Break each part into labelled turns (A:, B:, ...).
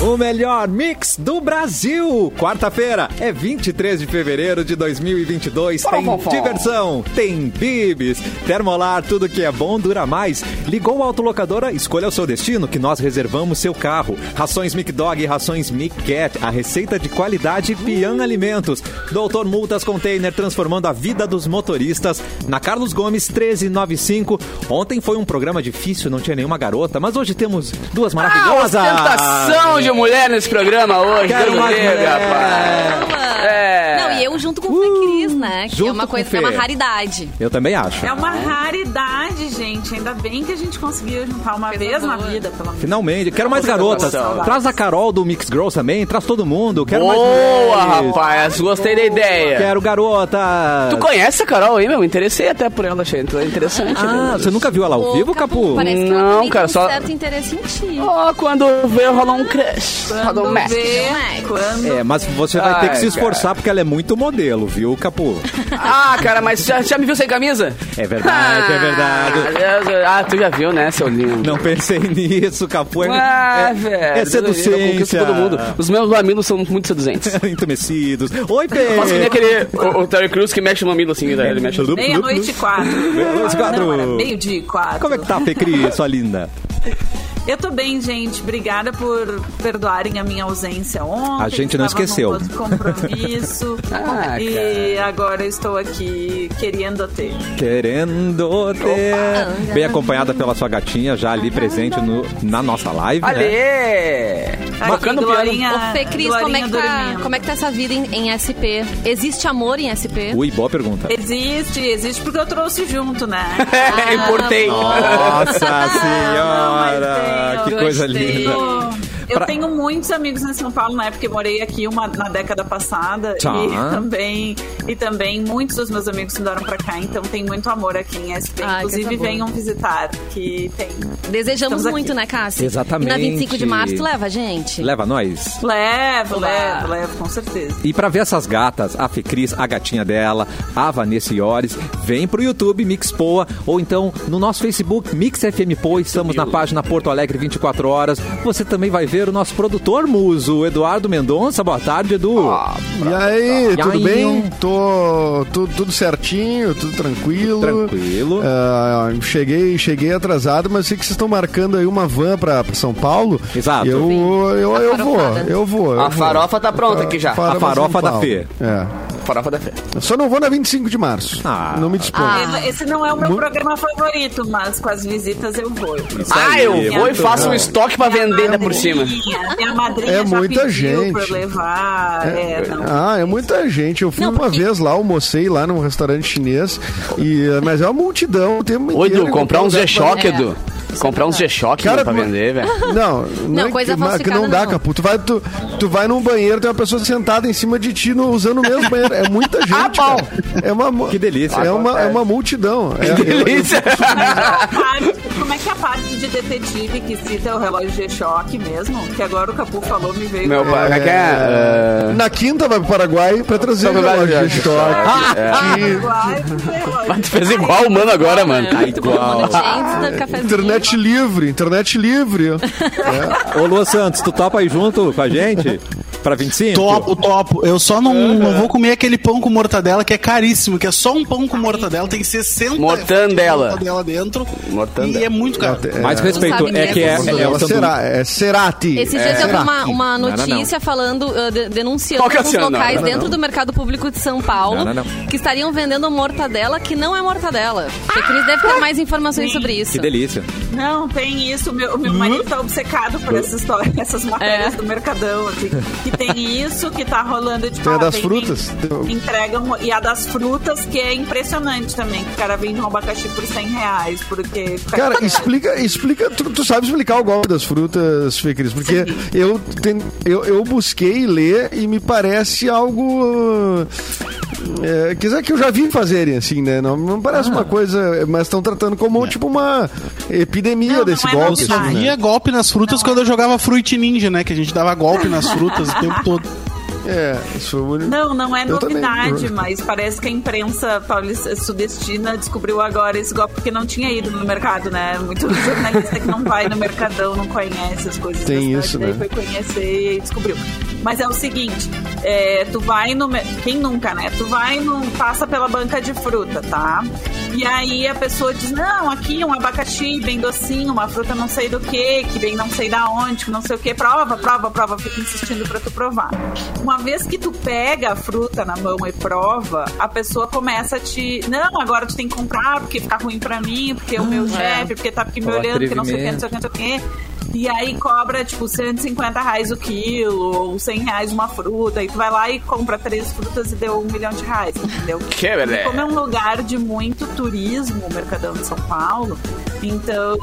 A: no melhor mix do Brasil. Quarta-feira é 23 de fevereiro de 2022. Tem diversão, tem bibis, termolar, tudo que é bom dura mais. Ligou a autolocadora, escolha o seu destino que nós reservamos seu carro. Rações Mic Dog e rações Mic Cat, a receita de qualidade Pian Alimentos. Doutor Multas Container transformando a vida dos motoristas. Na Carlos Gomes 1395. Ontem foi um programa difícil, não tinha nenhuma garota, mas hoje temos duas maravilhosas.
B: Tentação Ah, de mulher nesse programa hoje.
A: Quero
B: Deus
A: uma
B: me livre,
A: mulher.
B: rapaz. É.
C: Não, e eu junto com o Fê Cris, né? Que
A: Uh, junto
C: é uma
A: com
C: coisa
A: o
C: que é uma
A: Fê.
C: raridade.
A: Eu também acho.
D: É uma raridade, gente. Ainda bem que a gente conseguiu juntar uma
C: Coisa
D: vez na
C: boa.
D: vida, pelo menos.
A: Finalmente, quero mais garotas.
B: saudades.
A: Traz a Carol do Mix Girls também, traz todo mundo. Quero mais
B: Boa,
A: mulheres.
B: rapaz. Gostei da ideia.
A: Quero garota.
B: Tu conhece a Carol aí, meu? Me interessei até por ela, achei interessante.
A: Ah,
B: né?
A: você nunca viu ela ao
C: Ô,
A: vivo, Capu?
C: Parece que ela
B: Não,
C: também
B: cara,
C: tem
B: só-
C: um certo interesse em ti.
B: Oh, quando vê, rola um crush. Rola um match.
D: Vê
C: Max.
D: quando
A: É, mas você vai ter que se
B: Ai,
A: esforçar porque ela é muito modelo, viu, Capu?
B: Ah, cara, mas já, já me viu sem camisa?
A: É verdade, é verdade.
B: Ah, tu já viu, né, seu lindo?
A: Não pensei nisso, Capu. É,
B: Ah,
A: é,
B: velho.
A: é É.
B: Eu conquisto
A: seducência.
B: todo mundo. Os meus mamilos são muito seducentes.
A: Entumecidos. Oi, Pedro.
B: Nossa, que nem aquele. O, o Terry Crews que mexe o mamilo assim, né? ele mexe.
D: Meia-noite e quatro.
A: Meia-noite e é, quatro.
D: Não, era meio-dia e quatro.
A: Como é que tá, Pecri, sua linda?
D: Eu tô bem, gente. Obrigada por perdoarem a minha ausência ontem.
A: A gente não
D: Estava
A: esqueceu.
D: num outro compromisso.
B: Ah,
D: e agora eu estou aqui querendo ter.
A: Querendo ter. Bem acompanhada pela sua gatinha, já ali presente no- na nossa live. Né?
B: Alê!
D: Aqui,
B: Tocando piano.
D: Glorinha,
C: Ô, Fê Cris,
D: Glorinha
C: como é, que tá,
D: dormindo.
C: como é que tá essa vida em, em SP? Existe amor em SP?
A: Ui, boa pergunta.
D: Existe, existe porque eu trouxe junto, né?
B: É, importei.
A: Nossa
D: Ah,
A: senhora!
D: não, mas
A: que
D: tem,
A: coisa
C: gostei.
A: linda.
D: Eu
A: Pra-
D: tenho muitos amigos em São Paulo, né? Porque eu morei aqui uma, na década passada.
A: Tá.
D: E, também, e também muitos dos meus amigos se mudaram pra cá. Então tem muito amor aqui em SP.
C: Ai,
D: Inclusive,
C: coisa boa.
D: venham visitar, que tem
C: Desejamos
D: Estamos
C: muito,
D: aqui.
C: né, Cássia?
A: Exatamente.
C: E na 25 de março, tu leva a gente.
A: Leva nós.
D: Levo,
C: Olá.
D: levo, levo, com certeza.
A: E pra ver essas gatas, a Fecris, a gatinha dela, a Vanessa Iores, vem pro YouTube Mix Poa ou então no nosso Facebook Mix FM Poa, estamos na página Porto Alegre 24 horas. Você também vai ver o nosso produtor muso, Eduardo Mendonça. Boa tarde, Edu.
E: E aí, tudo
A: aí,
E: bem?
A: um-
E: Tô, tu- tudo certinho, tudo tranquilo.
A: Tudo tranquilo.
E: Ah, cheguei, cheguei atrasado, mas sei que vocês estão marcando aí uma van pra, pra São Paulo.
A: Exato.
E: Eu, eu, eu,
C: A
E: vou,
C: farofada.
E: eu vou. eu
B: A
E: vou.
B: farofa tá pronta aqui já.
E: Farofada
A: A farofa
E: São
A: da
E: Paulo.
A: Fê.
E: É.
B: Farofa tá da fé.
E: Eu Só não vou na 25 de março.
A: Ah.
E: Não me disponho.
C: Ah.
D: Ele- Esse não é o meu
E: Mu-
D: programa favorito, mas com as visitas eu vou.
B: Ah,
A: aí,
B: eu vou e
A: muito
B: faço
E: bom.
B: um estoque pra vender ainda por cima.
D: Madrinha, Minha madrinha
E: É
D: já
E: muita
D: pediu
E: gente.
D: pra eu levar. É, não.
E: Ah, é muita gente. Eu fui
C: Não,
E: uma
C: porque-
E: vez lá, almocei lá num restaurante chinês, e, mas é uma multidão. Tem
B: Ô, Edu, comprar
E: então
A: um
B: uns G-Shock,
C: É.
B: Edu. Comprar uns G-Shock
E: Cara,
B: pra
E: mas-
B: vender, velho.
E: Não, não, é
C: coisa
E: que, mas que
C: falsificada
E: não dá,
C: não.
E: Capu. Tu vai, tu, tu vai num banheiro, tem uma pessoa sentada em cima de ti no- usando o mesmo banheiro. É muita gente.
B: Ah, bom.
E: cara. É uma, mu-
A: Que delícia.
E: É uma,
B: Acontece.
E: é uma multidão. É, eu- eu-
B: Delícia!
D: A parte- Como é que é a parte de detetive que cita o relógio G-Shock mesmo? Que agora o Capu falou, me veio.
B: Meu pai, como é que é?
E: na quinta vai pro Paraguai pra trazer
B: Então,
E: o
B: vai-
E: relógio de estoque.
B: Ah,
D: Uai, relógio.
B: Mas tu fez igual o mano agora,
D: É,
B: mano.
A: Tá igual.
C: Gente,
A: Ah,
C: do
B: ah.
C: cafezinho.
E: Internet livre, internet livre.
A: Ô, Luan Santos, tu topa aí junto com a gente? Pra 25?
F: Topo, topo. Eu só não, não vou comer aquele pão com mortadela que é caríssimo, que é só um pão com mortadela, tem 60
B: Mortandela.
F: mortadela dentro.
B: Mortandela.
F: E é muito caro.
A: Mais
C: Tu sabe
A: respeito, é
C: mesmo.
A: que é,
C: Vamos
A: é,
E: Ela
A: o sandu-
E: será, é Cerati.
C: Esses
E: é,
C: dias eu vi uma, uma
A: Não, não, não.
C: notícia falando, uh, de- denunciando
B: Qual que é a
C: alguns
B: cena? Não,
C: locais
B: não,
C: dentro do mercado público de São Paulo
A: Não, não, não.
C: que estariam vendendo mortadela que não é mortadela. Fê Cris deve ter mais informações sobre isso.
A: Ah, Que delícia.
D: Não, tem isso. Meu, meu marido tá obcecado por essa história, essas matérias
C: É.
D: do Mercadão, assim. Que tem isso que tá rolando de
E: Tem a das frutas? Tem-
D: Entregam. E a das frutas, que é impressionante também. Que o cara vende um abacaxi por 100 reais, porque.
E: Cara, explica, explica, tu, tu sabe explicar o golpe das frutas, Fê Cris, porque eu, ten- eu, eu busquei ler e me parece algo. É, quer dizer que eu já vi fazerem assim, né? Não, não
D: Ah.
E: parece uma coisa, mas estão tratando como tipo uma
D: É.
E: epidemia
D: Não, não
E: desse
D: é
E: golpe.
D: novidade.
E: assim, né?
F: Ia golpe nas frutas quando eu jogava Fruit Ninja, né? Que a gente dava golpe nas frutas o tempo todo.
E: É, isso foi o único.
D: Não, não é
E: Eu também.
D: novidade, mas parece que a imprensa paulista sudestina descobriu agora esse golpe porque não tinha ido no mercado, né? Muito jornalista que não vai no mercadão, não conhece as coisas.
E: Tem
D: da
E: isso,
D: cidade,
E: né?
D: Daí foi conhecer e aí descobriu. Mas é o seguinte, é, tu vai no... mer- Quem nunca, né? Tu vai no... Passa pela banca de fruta, tá? E aí a pessoa diz, não, aqui um abacaxi bem docinho, uma fruta não sei do que, que vem não sei da onde, que não sei o que, prova, prova, prova, fica insistindo pra tu provar. Uma vez que tu pega a fruta na mão e prova, a pessoa começa a te, não, agora tu tem que comprar, porque fica ruim pra mim, porque o meu chefe, porque tá me
A: O
D: olhando, porque não sei o que, não sei o que, não sei o que. E aí cobra, tipo, 150 reais o quilo, ou 100 reais uma fruta, e tu vai lá e compra três frutas e deu um milhão de reais, entendeu?
B: Que
A: né?
B: beleza.
D: Como é um lugar de muito turismo, o Mercadão de São Paulo, então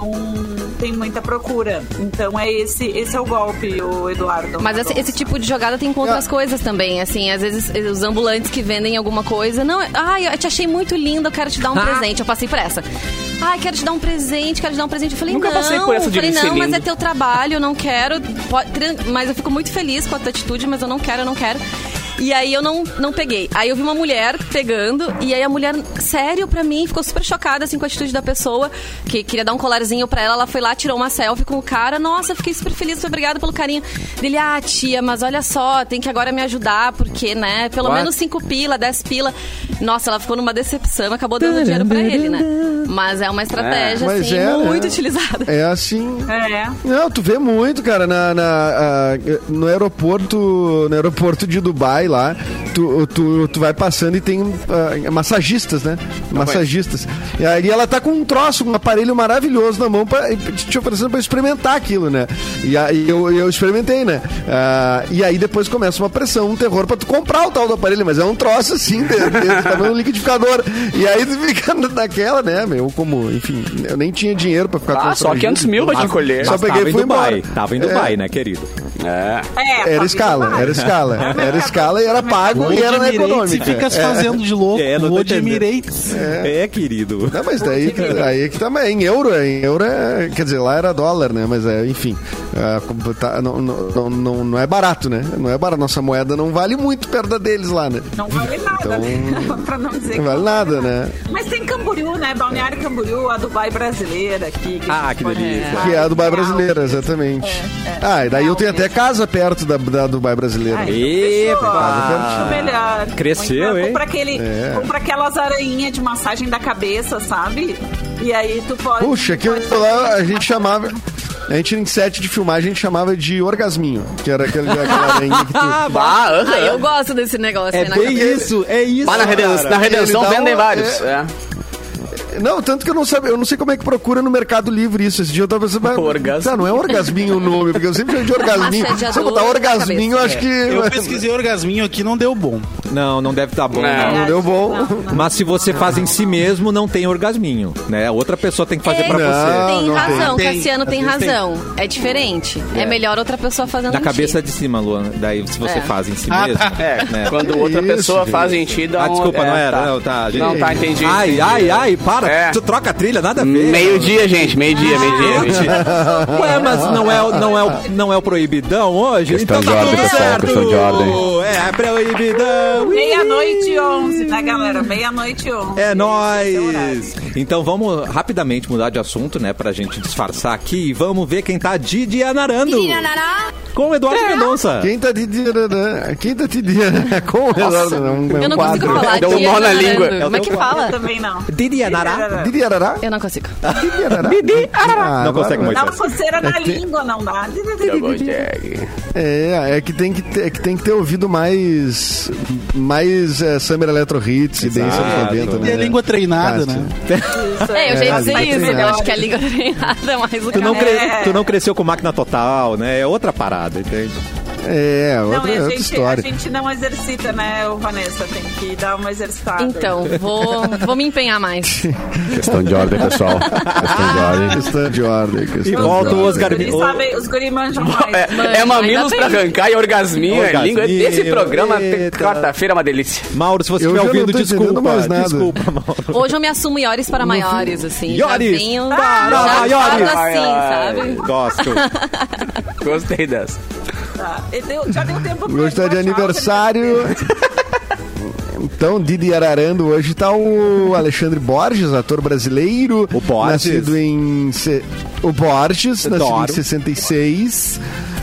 D: tem muita procura. Então é esse, esse é o golpe, o Eduardo.
C: Mas esse, esse tipo de jogada tem com outras coisas também, assim, às vezes os ambulantes que vendem alguma coisa, não, ai, eu te achei muito linda, eu quero te
B: Ah.
C: dar um presente, eu passei por essa. Ai, quero te dar um presente, quero te dar um presente. Eu falei,
B: Nunca
C: não,
B: passei por essa de
C: falei,
B: ser
C: não, mas
B: lindo.
C: é teu trabalho, eu não quero. po- tran- Mas eu fico muito feliz com a tua atitude, mas eu não quero, eu não quero. E aí eu não, não peguei. Aí eu vi uma mulher pegando, e aí a mulher, sério, pra mim, ficou super chocada, assim, com a atitude da pessoa, que queria dar um colarzinho pra ela, ela foi lá, tirou uma selfie com o cara, nossa, fiquei super feliz, muito obrigada pelo carinho. Ele, ah, tia, mas olha só, tem que agora me ajudar, porque, né, pelo
A: What?
C: menos cinco pila, 10 pila. Nossa, ela ficou numa decepção, acabou dando dinheiro pra ele, né? Mas é uma estratégia,
E: Mas
C: assim,
E: é, né?
C: muito utilizada.
E: É assim.
D: É.
E: Não, tu vê muito, cara, na, na- a- no aeroporto no aeroporto de Dubai lá, tu, tu, tu vai passando e tem ah, massagistas, né? Massagistas. E aí ela tá com um troço, um aparelho maravilhoso na mão, pra, e te oferecendo pra experimentar aquilo, né? E aí eu, eu experimentei, né? Ah, e aí depois começa uma pressão, um terror pra tu comprar o tal do aparelho, mas é um troço assim, de, de, tá no liquidificador. E aí tu fica naquela, né, meu? Como, enfim, eu nem tinha dinheiro pra ficar
B: Ah,
E: comprando
B: só 500 mil vai te encolher.
E: Só
A: Mas
E: peguei
A: tava
E: e
A: em
E: fui
A: Dubai.
E: embora.
A: Tava em Dubai, né, querido?
D: É,
E: Era
D: Fabi,
E: escala,
D: vai.
E: era escala. Era escala e era pago
F: O
E: e era na
F: Emirates
E: econômica.
F: fica se fazendo de louco.
A: É, não tô
F: o de
A: entendendo.
F: Emirates.
A: É, querido.
E: Não, mas daí aí é que também, em euro, é, em euro, é- quer dizer, lá era dólar, né? Mas é, enfim, ah, como tá- não, não, não- não, não é barato, né? Não é barato, nossa moeda não vale muito perto da deles lá, né?
D: Não vale nada, né? pra não dizer
E: Então, Não vale nada, né?
D: Mas tem Camboriú, né? Balneário Camboriú, a Dubai brasileira aqui. que
A: Ah,
D: a gente
A: que
D: pode
A: delícia.
D: visitar.
E: Que é a Dubai brasileira, exatamente. Ah, e daí eu tenho até casa perto da, da Dubai brasileira.
D: Ah, então
A: Epa!
D: fechou. Acho melhor.
A: Cresceu,
D: Ou então
A: hein?
D: Compra, aquele,
E: É.
D: compra aquelas aranhinhas de massagem da cabeça, sabe? E aí tu pode.
E: Puxa, que
D: pode-
E: lá a gente chamava. A gente em set de filmagem a gente chamava de orgasminho, que era aquele, aquela aranha que tu.
B: Bah, aham.
C: Ah, eu gosto desse negócio.
A: É
C: né, na
A: bem
C: cabeça.
A: isso, é isso.
B: Bah, na, redenção,
A: cara. um-
B: na redenção
E: Ele dá
B: vendem
E: uma-
B: vários.
E: é.
B: É.
E: Não, tanto que eu não sabe, eu não sei como é que procura no Mercado Livre isso. Esse dia eu tava pensando, mas,
B: Orgasmo.
E: tá, não é orgasminho o nome, porque eu sempre chamo de orgasminho.
C: Massa é de
E: Se eu botar
C: adulto,
E: orgasminho, eu acho que
F: É. Eu pesquisei orgasminho aqui, não deu bom.
A: Não, não deve estar bom.
B: Não.
E: não deu bom.
D: Não, não.
A: Mas se você faz em si mesmo, não tem orgasminho, né? A Outra pessoa tem que fazer
C: É,
A: pra
E: Não.
A: você.
C: Tem
E: não
C: razão,
F: tem.
C: Cassiano tem razão. É diferente. É. melhor outra pessoa fazendo
A: Da
C: em
A: cabeça
C: ti.
A: de cima, Luana. Daí, se você
C: É.
A: faz em si
F: Ah,
A: mesmo.
F: tá.
A: É.
B: É, quando outra
E: Isso,
B: pessoa
E: gente.
B: faz em ti, dá
A: Ah,
B: um-
A: desculpa,
B: é,
A: não era. Não, tá, gente.
B: Não, tá, entendi.
A: Ai,
B: entendi.
A: ai, ai, para.
B: É.
A: Tu troca a trilha, nada a ver.
B: Meio-dia, gente. Meio-dia, meio-dia. meio-dia.
A: Ué, mas não é, o- não, é, o- não é o proibidão hoje?
G: Questão
A: então
G: de
A: tá
G: ordem,
A: tudo
G: pessoal,
A: certo.
G: questão de ordem.
A: É, proibidão.
D: Meia-noite e onze, né, galera? Meia-noite e onze.
A: É
D: Esse o horário.
A: nóis! Então vamos rapidamente mudar de assunto, né? Pra gente disfarçar aqui e vamos ver quem tá Didi Anarando. Com o Eduardo Mendonça.
E: Quem tá de diarana? Quem tá de diarana? Com o Eduardo, é um, é
C: Eu
E: um
C: não
E: quadro.
C: consigo falar.
B: Deu um
C: Diego
B: nó na
C: Arnaldo.
B: língua.
C: Como é que
D: Eu
C: fala?
D: também não.
A: Didi Anará.
D: Não,
E: Didi Arará?
C: Eu não consigo.
E: Didi Arará? Didi Arará.
A: Ah, Não consegue mais.
D: Dá coceira na língua, não dá.
A: Tá
E: É, é que tem que ter, é que tem que ter ouvido mais mais é, Summer Electro Hits e Dance
A: Exato.
E: anos 90, né?
A: É.
F: E a língua treinada,
E: Castro.
F: né?
C: É, eu já ia
E: É,
C: dizer
E: vai
C: isso.
E: treinar.
C: Eu acho que a língua treinada é mais o
A: Tu não,
C: cara.
A: cre-
D: É.
A: tu não cresceu com máquina total, né? É outra parada, entende?
E: É,
D: Não,
E: outra,
D: e a,
E: outra
D: gente,
E: história.
D: a gente não exercita, né, ô Vanessa? Tem que dar uma exercitada.
C: Então, vou, vou me empenhar mais.
G: Questão de ordem, pessoal. Questão de ordem.
E: Questão de ordem. questão de
A: volta o
E: ordem.
A: Oscar
D: Os guris
A: Ô.
D: sabem, os guris manjam mais.
B: É, é mamilos pra arrancar e orgasminho, é
A: Orgasminho,
B: língua. Esse programa, tem-
A: eita.
B: quarta-feira, é uma delícia.
A: Mauro, se você
E: Eu
A: estiver
E: já não
A: ouvindo,
E: tô entendendo
A: desculpa.
E: mais nada.
A: Desculpa, Mauro.
C: Hoje eu me assumo Iores para maiores, assim.
A: Iores!
C: Já venho...
A: Ah,
C: já
A: não,
C: falo
A: Iores!
C: assim, sabe?
A: Gosto.
B: Gostei dessa.
D: Tá. Ele deu- já deu tempo pra
E: Gostou
D: baixar
E: de
D: o
E: aniversário? Então, Didi Ararando, hoje tá o Alexandre Borges, ator brasileiro.
A: O Borges?
E: Nascido em... se- O Borges,
A: Adoro.
E: nascido em 66.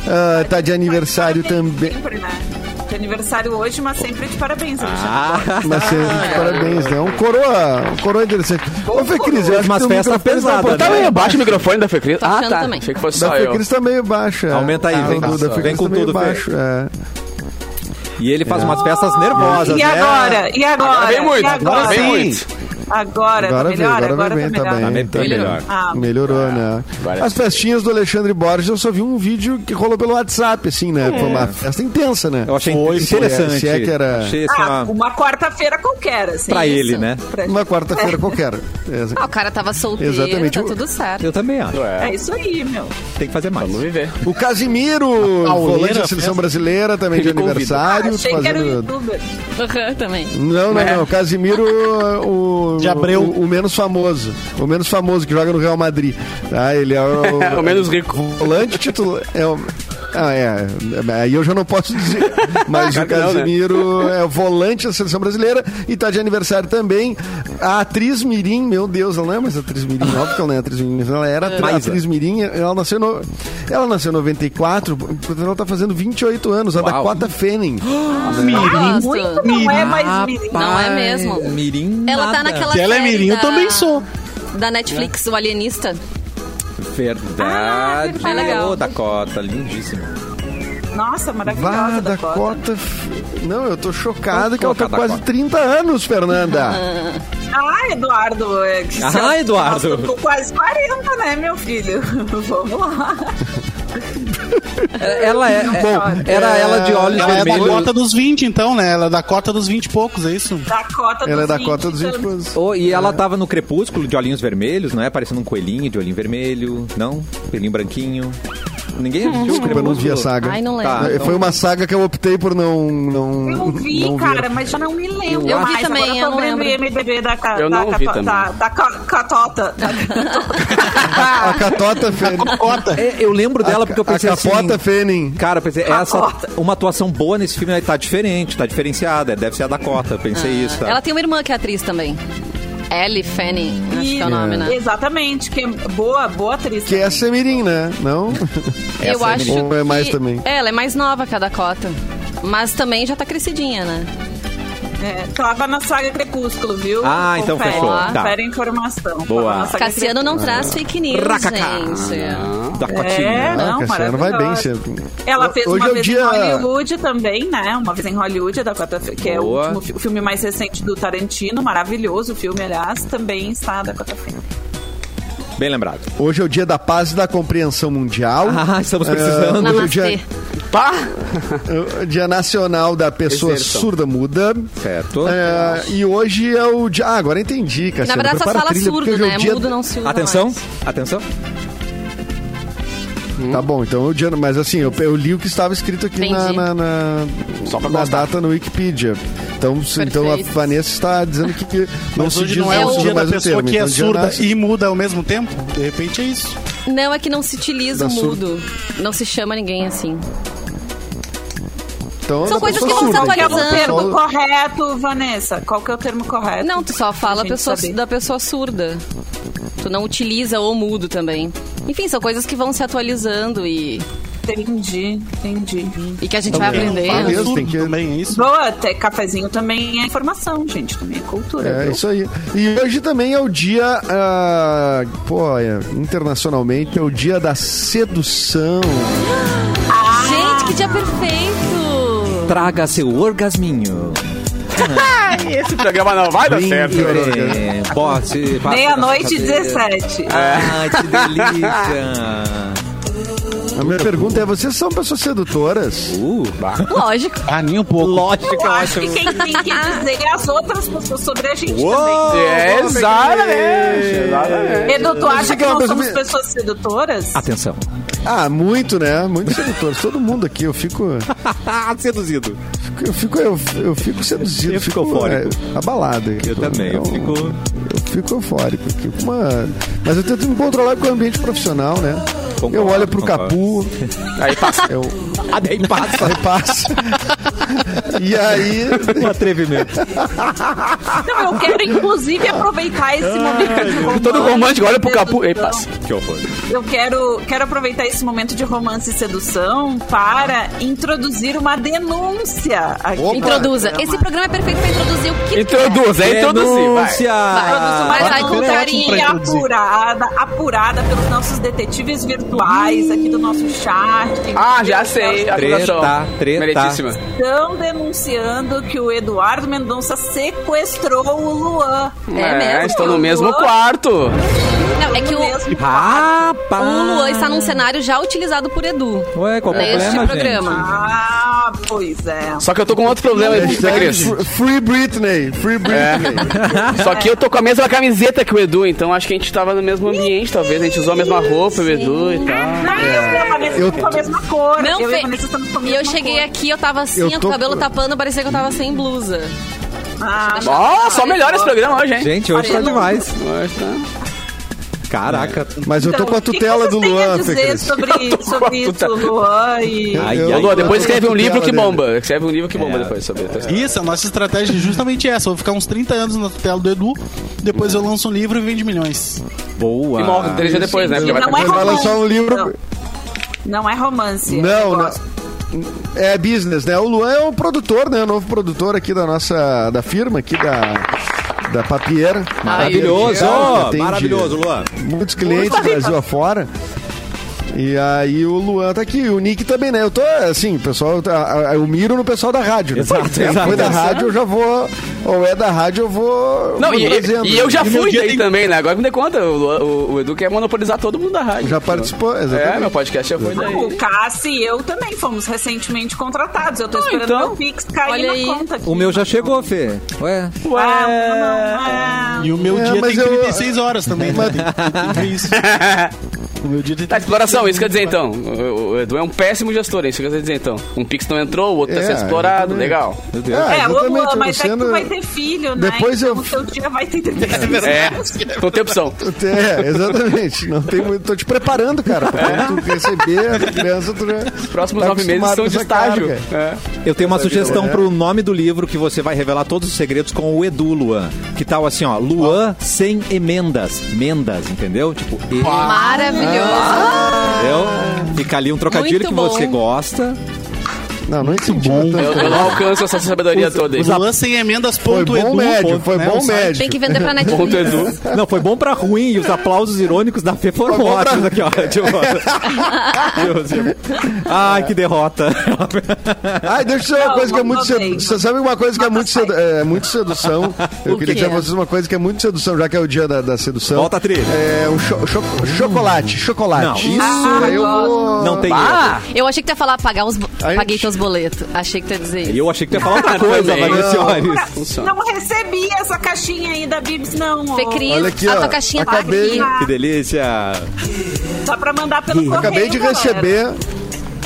E: Ah, tá de aniversário também.
D: Sempre, né? De aniversário hoje, mas sempre de parabéns, Alexandre.
A: Ah,
E: Nasceu, parabéns, né? Um coroa, um coroa interessante. Ô, Fê Cris, eu acho
A: Mas
E: que teu
A: festa
E: microfone tá
A: pesada,
E: um pouco-
A: né?
B: Tá bem, abaixa o microfone da Fecris.
C: Tá
B: Ah,
C: fechando
B: tá.
C: também.
B: Achei que fosse
E: Da
B: só
E: Fê
B: eu.
E: Cris tá meio baixa.
A: Aumenta aí,
E: Ah,
A: vem.
E: o do- da Fê
A: Vem
E: Cris
A: com
E: tá meio
A: tudo, Fê.
E: baixo, é.
A: e ele faz umas festas nervosas,
D: E
A: né?
D: agora? E agora?
B: Agora vem muito,
D: E agora?
B: agora vem
F: Sim.
B: muito.
D: Agora,
E: Agora
D: tá
E: vem,
D: melhor?
E: agora, vem,
D: tá melhor.
E: bem,
A: Tá
E: tá bem.
A: melhor.
D: Ah,
E: Melhorou, né?
B: Agora
E: As festinhas do Alexandre Borges, eu só vi um vídeo que rolou pelo WhatsApp, assim, né? Foi
D: É.
E: uma festa intensa, né?
A: Eu achei
E: Foi, se é-
A: interessante.
E: Se é que era
A: Achei assim, uma-
D: ah, uma quarta-feira qualquer, assim.
A: pra
D: Isso.
A: ele, né?
D: Pra gente.
E: uma quarta-feira qualquer. É,
C: Ah, o cara tava solteiro,
E: Exatamente.
C: tá tudo certo.
A: Eu também acho.
D: É isso aí,
E: tá
D: meu.
A: Tem que fazer mais.
B: Vamos viver.
E: O Casimiro,
F: pauleira
E: volante da
F: festa.
E: seleção brasileira, também de
B: Me convida.
E: aniversário.
D: Ah, Achei que era o
E: fazendo-
D: youtuber.
C: Aham, também.
E: Não,
B: Né?
E: não, não. O Casimiro, o,
F: De Abreu.
E: o, o menos famoso. O menos famoso que joga no Real Madrid. Ah, ele é o,
B: O menos rico.
E: volante titular. É o, ah, é. Aí eu já não posso dizer. Mas
B: Claro
E: o
B: que não, né?
E: Casimiro é o volante da seleção brasileira e tá de aniversário também. A atriz Mirim, meu Deus, ela não é mais atriz Mirim,
B: Ah.
E: óbvio que ela não é atriz Mirim, mas ela era atri-
B: né?
A: Maísa.
E: atriz Mirim, ela nasceu no, ela nasceu em 94, portanto ela tá fazendo 28 anos, tá a Dakota Fanning.
C: Nossa,
D: Ah, Muito não é mais mirim.
C: Não é mesmo.
A: Mirim
C: Ela tá
A: nada.
C: naquela
F: Se ela é
C: série
F: mirim, eu
C: da-
F: também sou.
C: Da Netflix, o Alienista.
A: Verdade.
C: Ah, legal.
A: Ô, Dakota, lindíssimo.
D: Nossa,
E: Vá,
D: maravilhosa da Dakota.
E: Dakota. F- Não, eu tô chocado que ela tá
A: colocar
E: quase
A: Dakota.
E: 30 anos, Fernanda.
D: Ah, Eduardo. É, que
A: Ah,
D: se-
A: Eduardo.
D: Nossa, tô com quase 40, né, meu filho? Vamos lá.
A: Ela é.
D: Bom,
A: era ela de olhos
F: Ela é da
A: vermelhos.
F: cota dos 20, então, né? Ela é da cota dos 20 e poucos, é isso?
D: Dakota dos
E: Ela é da cota dos 20
D: anos.
E: anos.
A: Ô, e ela tava no crepúsculo de olhinhos vermelhos, não é? Parecendo um coelhinho de olhinho vermelho. Não? Coelhinho branquinho. Ninguém assistiu o
E: Desculpa, eu não vi a
A: Crepúsculo?
E: saga. Ah,
C: Ai, não lembro.
A: Tá.
E: Foi uma saga que eu optei por não. não
D: Eu vi,
E: não ver.
D: cara, mas já não me lembro.
C: Eu vi
D: mais.
C: também,
D: Agora
C: eu
D: tô
C: não
D: vendo o
C: lembro.
D: IMDB da, ca-
B: Eu
D: da,
B: não vi também.
D: cato- da, da ca- catota.
E: A Catota Fanning.
F: Cota.
A: É, eu lembro dela porque eu pensei
E: a
A: assim...
E: Capota Fanning.
A: Cara, eu pensei, essa,
D: Dakota.
A: uma atuação boa nesse filme né, tá diferente, tá diferenciada. Deve ser a Dakota, eu pensei isso. Tá?
C: Ah. Ela tem uma irmã que é atriz também. Ellie Fanning, acho que é o nome, né?
D: Exatamente, que é boa, boa atriz.
E: Que é a Semirim, né? Não?
C: Eu
A: é
C: acho
E: menina. Ou é mais
C: que-
E: também?
C: É, Ela é mais nova que a Dakota. Mas também já tá crescidinha, né?
D: É, tava na saga Crepúsculo, viu?
A: Ah, então
D: Confere,
A: fechou. Tá.
D: Confere a informação.
A: Boa.
D: Tava na saga
C: Cassiano não traz fake news,
A: Racacá.
C: gente.
D: É,
A: Dacotinha.
D: não,
E: Ah, Cassiano vai bem sempre.
D: Ela fez
E: Hoje
D: uma
E: é o
D: vez
E: dia-
D: em Hollywood também, né? Uma vez em Hollywood, a Dakota, Fe- que é
A: Boa.
D: o último fi- o filme mais recente do Tarantino, maravilhoso o filme, aliás, também está da Dakota Fanning.
A: Bem lembrado.
E: Hoje é o dia da paz e da compreensão
C: Uhum.
E: mundial.
A: Ah, estamos
E: Ah,
A: precisando.
E: hoje é o
C: Namastê.
E: dia, o dia nacional da pessoa
A: Exerção.
E: surda-muda.
A: Certo.
E: É, e hoje é o dia. Ah, agora entendi, cara.
C: Na verdade, só fala surdo, né?
E: é dia...
C: Mudo não se usa
A: Atenção,
C: mais.
A: atenção.
E: Tá bom, então eu dia. Mas assim, eu, eu li o que estava escrito aqui na,
C: Entendi.
E: na, na,
F: Só pra
E: na
F: constar.
E: data no Wikipedia. Então, se- então a
C: Perfeito.
E: Vanessa está dizendo que- que não
F: Mas
E: se
F: hoje
E: diz,
F: não é
E: se
F: o
E: usa
F: dia da
E: mais o
F: pessoa
E: termo.
F: que é
E: Então, dia
F: surda
E: na-
F: e muda ao mesmo tempo. De repente é isso.
C: Não, é que não se utiliza o
E: Da surda.
C: mudo. Não se chama ninguém assim.
E: Então,
C: São
E: da
C: coisas
E: pessoa
C: que vão se
E: surda, então,
C: atualizando.
E: da
D: Termo
E: pessoa-
D: correto, Vanessa. Qual que é o termo correto?
C: Não, tu só fala a
D: Gente,
C: pessoa,
D: saber.
C: da pessoa surda. Tu não utiliza o mudo também. Enfim, são coisas que vão se atualizando e,
D: Entendi, entendi.
C: e que a gente vai
E: Ah,
C: aprendendo.
E: mesmo,
F: Surdo
E: tem que-
F: também, é isso?
D: Boa, até cafezinho também é informação, gente. Também é cultura.
E: É
D: viu?
E: isso aí. E hoje também é o dia. ah, pô, é, internacionalmente é o dia da sedução.
C: Gente, que dia perfeito!
A: Traga seu orgasminho.
B: Esse programa não vai dar Tá certo.
A: É, bote, passa
D: Meia-noite
A: na sua cadeira. Ah,
D: 17.
A: Ai, que delícia.
E: A minha pergunta é: vocês são pessoas sedutoras?
A: Uh,
C: Lógico.
F: Ah, nem um pouco.
A: lógica,
D: Eu
A: eu
D: acho
A: acho.
D: que quem tem que dizer é as outras pessoas sobre a gente
A: Uou!
B: É, Exatamente. exatamente.
D: também. Edu, tu acha que
E: que é uma
D: nós
E: pessoa
D: somos
E: me-
D: pessoas sedutoras?
A: Atenção.
E: Ah, muito, né? Muito sedutoras. Todo mundo aqui, eu fico.
A: Seduzido.
E: Eu fico, eu, eu fico seduzido.
A: Eu fico eufórico.
E: é, abalado. É um-
A: Eu também, eu fico-
E: Eu fico eufórico. aqui. Uma- Mas eu tento me controlar com o ambiente profissional, né? Eu
A: Concordo,
E: olho pro
A: concordo.
E: Capu,
A: Aí passa.
E: eu
A: Ah, daí passa.
E: repasso. e aí,
A: Um atrevimento.
D: Não, eu quero, inclusive, aproveitar esse momento.
B: Todo romântico, olha pro capu. Ei,
D: Ei,
B: passa.
A: Que horror.
D: Eu quero, quero aproveitar esse momento de romance e sedução para introduzir uma denúncia aqui.
E: Opa.
C: Introduza. Esse programa é perfeito pra introduzir o que
B: Introduz, é introduzir. vai.
A: Denúncia.
C: Vai,
D: Mas
C: Ah,
D: vai
C: ótimo
D: com
C: pra
D: carinho
F: introduzir.
D: apurada, apurada pelos nossos detetives virtuais aqui do nosso chat.
B: Ah, já sei. acusação.
A: treta.
B: Meritíssima.
D: Estão denunciando que o Eduardo Mendonça sequestrou o Luan.
C: É mesmo?
B: Estão no mesmo
D: Luan-
B: quarto.
C: Não, é que o,
D: Mesmo.
A: Rapaz.
C: o Luan está num cenário já utilizado por Edu.
A: Ué, qual o
E: É
C: Neste
A: é problema, gente?
C: programa.
D: Ah, pois é.
B: Só que eu tô com outro problema aí,
A: tá
B: né,
E: hashtag
B: Cris?
E: fr- Free Britney, Free Britney.
A: É.
B: Só que eu tô com a mesma camiseta que o Edu, então acho que a gente tava no mesmo ambiente, talvez. A gente usou a mesma roupa, o Edu e tal.
D: Não, eu e a Vanessa
E: Eu
D: estamos com a mesma cor.
C: Não,
D: eu e
C: Fê,
D: a Vanessa estamos com a
C: E
D: mesma
C: eu cheguei
D: cor.
C: aqui, eu tava assim,
E: Eu
C: ó,
E: tô-
C: com o cabelo tapando, parecia que eu tava sem blusa.
D: Ah,
B: Ó, só melhor esse programa hoje, hein?
A: Gente, hoje tá
D: Olha,
A: demais.
B: Hoje tá.
A: Caraca.
E: Mas eu tô
D: então,
E: com a
D: o que que
E: tutela
D: vocês
E: do
D: têm a
E: Luan, Fê
D: dizer
E: Cris.
D: sobre, sobre
B: a
D: isso,
B: tutela.
D: Luan e...
A: Ai,
E: Eu-
A: ai,
B: Lua,
A: ai.
B: depois
E: eu tô
B: escreve um
E: com
B: livro
E: tutela
B: que
E: dele.
B: bomba. Escreve um livro que bomba
A: É.
B: depois sobre a tua história.
F: Isso, a nossa estratégia é justamente essa. Eu vou ficar uns 30 anos na tutela do Edu, depois eu lanço um livro e vende milhões.
A: Boa.
B: E morre três dias depois, né? Porque vai
D: não
B: acontecer.
D: é
E: Vai lançar um livro.
D: Não. Não é romance. é
E: Não, não.
D: negócio.
E: É business, né? O Luan é o produtor, né? O novo produtor aqui da nossa da firma, aqui da, da Papiera.
A: Maravilhoso.
E: Papier, atende
A: Maravilhoso, Luan.
E: Muitos clientes do Brasil afora. E aí o Luan tá aqui, e o Nick também, né? Eu tô assim, o pessoal, tá- a- a- eu miro no pessoal da rádio. Né?
A: Exato,
E: Se
A: exato.
E: Foi da rádio, eu já vou. Ou é da rádio, eu vou.
B: Não,
E: vou
B: e,
E: trazendo.
B: e eu já
F: E meu
B: fui
F: dia
B: daí
F: tem-
B: também, né? Agora que me dei conta, o, Lua- o- o Edu quer monopolizar todo mundo da rádio.
E: Já participou,
B: É,
E: exatamente.
B: meu podcast já foi daí.
D: O Cassi e eu também fomos recentemente contratados. Eu tô esperando
B: então.
D: meu Pix cair
C: Olha
D: na
C: aí.
D: conta. aqui.
A: O meu já chegou, Fê. Ué.
B: Ué.
D: Ah, não, não,
F: E o meu
E: É,
F: dia
E: mas
F: tem
E: eu-
F: 36 horas também. Né? Tem- tem isso. O meu dia tem
B: Tá,
F: 36
B: exploração, isso quer dizer então. O, o Edu é um péssimo gestor, isso quer dizer então. Um Pix não entrou, o outro
E: É,
B: tá sendo explorado,
E: exatamente.
B: legal.
A: Meu Deus.
E: Ah,
D: É, ô
E: exatamente,
D: Luan, mas
E: eu tô
D: é que tu
E: sendo-
D: vai ter filho, né?
E: Depois
D: então
E: eu-
D: o seu dia vai ter 36
B: É, não tem opção.
E: É, exatamente. Não tem muito. Tô te preparando, cara. Pra quando tu receber a criança, tu já.
B: Próximos
E: tá
B: nove meses
E: acostumado
B: são
E: com
B: de
E: essa
B: estágio.
E: carga.
B: É.
A: Eu tenho uma sugestão
E: né?
A: pro nome do livro que você vai revelar todos os segredos com o Edu Luan. Que tal assim, ó? Luan sem emendas. Mendas, entendeu? Tipo, E.
C: Ah.
E: Ah.
C: Maravilhoso.
A: Entendeu? Fica ali um trocadilho
C: Muito
A: que
C: bom.
A: você gosta.
E: Não, não entendi. Bom.
B: É, Eu, eu não alcanço essa sabedoria toda aí.
F: É. Luan sem emendas
E: Foi
F: ponto
E: bom
F: Edu,
E: médio,
F: ponto,
E: foi
F: né?
E: bom
F: Um site-
E: médio.
C: Tem que vender pra
B: Ponto
C: Netflix.
B: Edu.
A: Não, foi bom pra ruim. E os aplausos irônicos da Fê foram
E: bom pra-
A: ótimos aqui, ó. Tipo, tipo, Ai, que derrota.
E: Ai, deixa
D: Não,
E: eu dizer uma coisa que é
D: não
E: muito
D: gostei.
E: sedução. Você sabe uma coisa que é muito, sedu- é, muito sedução? Eu queria dizer pra vocês uma coisa que é muito sedução, já que é o dia da, da sedução.
A: Volta a trilha.
E: É o cho- cho- chocolate, chocolate.
A: Não.
E: Isso eu vou.
A: Não tem
B: Ah!
C: Eu achei que tu ia falar pagar uns. bo-
E: Aí-
C: Paguei teus boletos. Achei que tu ia dizer
A: erro.
C: isso.
A: Eu achei que tu ia falar outra coisa,
B: Também.
A: Vanessa
B: Funciona.
D: Não recebi essa caixinha aí da Bibs, não. ô.
C: Fê Cris,
E: Olha aqui,
C: a
E: ó,
C: tua caixinha
E: acabei-
C: tá aqui.
A: Que delícia.
D: Só pra mandar pelo correio,
E: Acabei de
D: galera.
E: receber.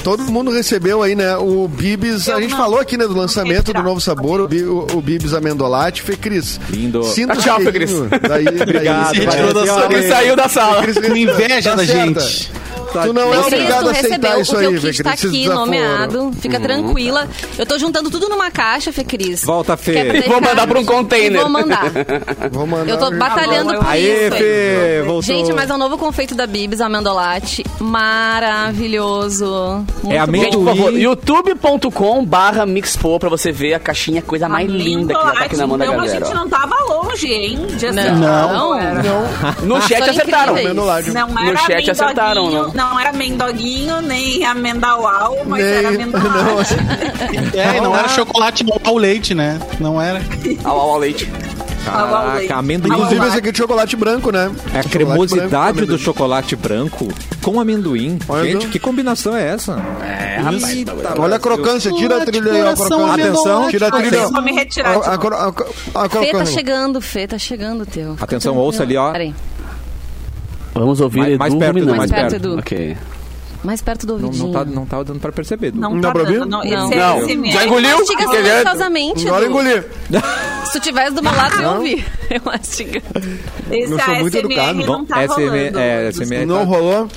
E: Todo mundo recebeu aí, né? O Bibis, a
D: Eu
E: gente
D: não-
E: falou aqui, né, do lançamento do
D: tirar.
E: novo sabor, o, Bi- o- o Bibis Amendolate. Fê Cris.
A: Lindo.
E: Sinta
B: Ah, tchau,
E: o
B: Fê Cris.
E: cheirinho. Daí,
A: Obrigado,
E: daí,
A: Vanessa.
E: Fê
F: da sala.
A: Olha
B: Ele
A: aí.
B: saiu da sala.
E: Cris,
F: Com inveja
E: tá
F: da
E: certa.
F: gente.
E: Tu não é
C: Fê Cris,
E: obrigado
C: tu
E: a aceitar
C: recebeu
E: isso
C: o teu
E: aí, Fê
C: kit tá
E: Cris. esse
C: aqui
E: desaforo.
C: nomeado. Fica tranquila. Eu tô juntando tudo numa caixa, Fê Cris.
A: Uhum. Volta, Fê.
C: Que é pra
A: E
B: vou
C: deixar-
B: mandar pra um container.
C: E Vou mandar.
E: Vou mandar
C: Eu tô
E: um-
C: batalhando por
A: Tá Aê,
C: isso. hein.
A: Fê. Voltou.
C: Gente, mas é um novo confeito da Bibis, amendolate. Maravilhoso. Muito
A: É
C: bom.
B: Gente, por
A: Amendoim.
B: favor, youtube.com barra mixpo pra você ver a caixinha, coisa mais linda que já tá aqui na mão da
D: então a
B: galera.
D: gente
B: ó.
D: não tava longe, hein? De
C: Não.
D: acertar.
C: Não.
E: Não,
D: tá
B: No chat
C: São
B: acertaram.
C: incríveis.
E: no live.
D: Não
B: No
D: era
B: chat
D: amendoguinho,
B: acertaram, não.
D: não. era amendoguinho, nem amendaual, mas
E: Nem-
D: era amendolate.
F: É, e
E: Tá.
F: não era chocolate ao leite, né? Não era.
B: Ao, ao, ao leite.
A: Caraca, amendoim.
E: Inclusive esse aqui é de chocolate branco, né?
A: É a
E: Chocolate branco
A: cremosidade
E: com
A: do chocolate branco com amendoim.
E: Olha,
A: Gente,
E: não.
A: que combinação é essa?
B: É, rapaz. tá
E: amendoim. Olha a crocância, tira a trilha aí, ó, a
F: Coração
E: crocância.
A: amendoim.
E: tira a trilha.
D: Vocês vão me retirar,
E: A-
D: tipo.
E: a cro- a cro-
C: Fê tá
E: a crocância.
C: chegando, Fê tá chegando, teu. Fica
A: Atenção,
C: tranquilo.
A: ouça ali, ó.
C: Peraí.
B: Vamos ouvir
A: Mais-
B: Edu
A: mais perto,
B: ruminando.
A: Edu, mais
C: Mais perto, perto. Edu.
B: Ok.
C: Mais perto do
A: Não,
C: ouvidinho.
A: não, tá, não tá dando pra perceber. Du.
D: Não
E: Dá
D: tá
E: pra ouvir?
D: dando.
C: Não.
D: Não, esse é
B: Não,
D: esse mesmo.
B: já engoliu?
C: Mastiga
B: Quer
A: é
B: ver?
C: silenciosamente,
E: Agora
C: Edu.
E: engolir.
C: Se tu tivesse do meu lado, eu ouvi. Eu mastigando.
D: Esse é
E: Eu sou muito
D: ASMR
E: educado,
B: É
D: não tá
A: SM,
D: rolando.
A: é, SM,
E: Não rolou.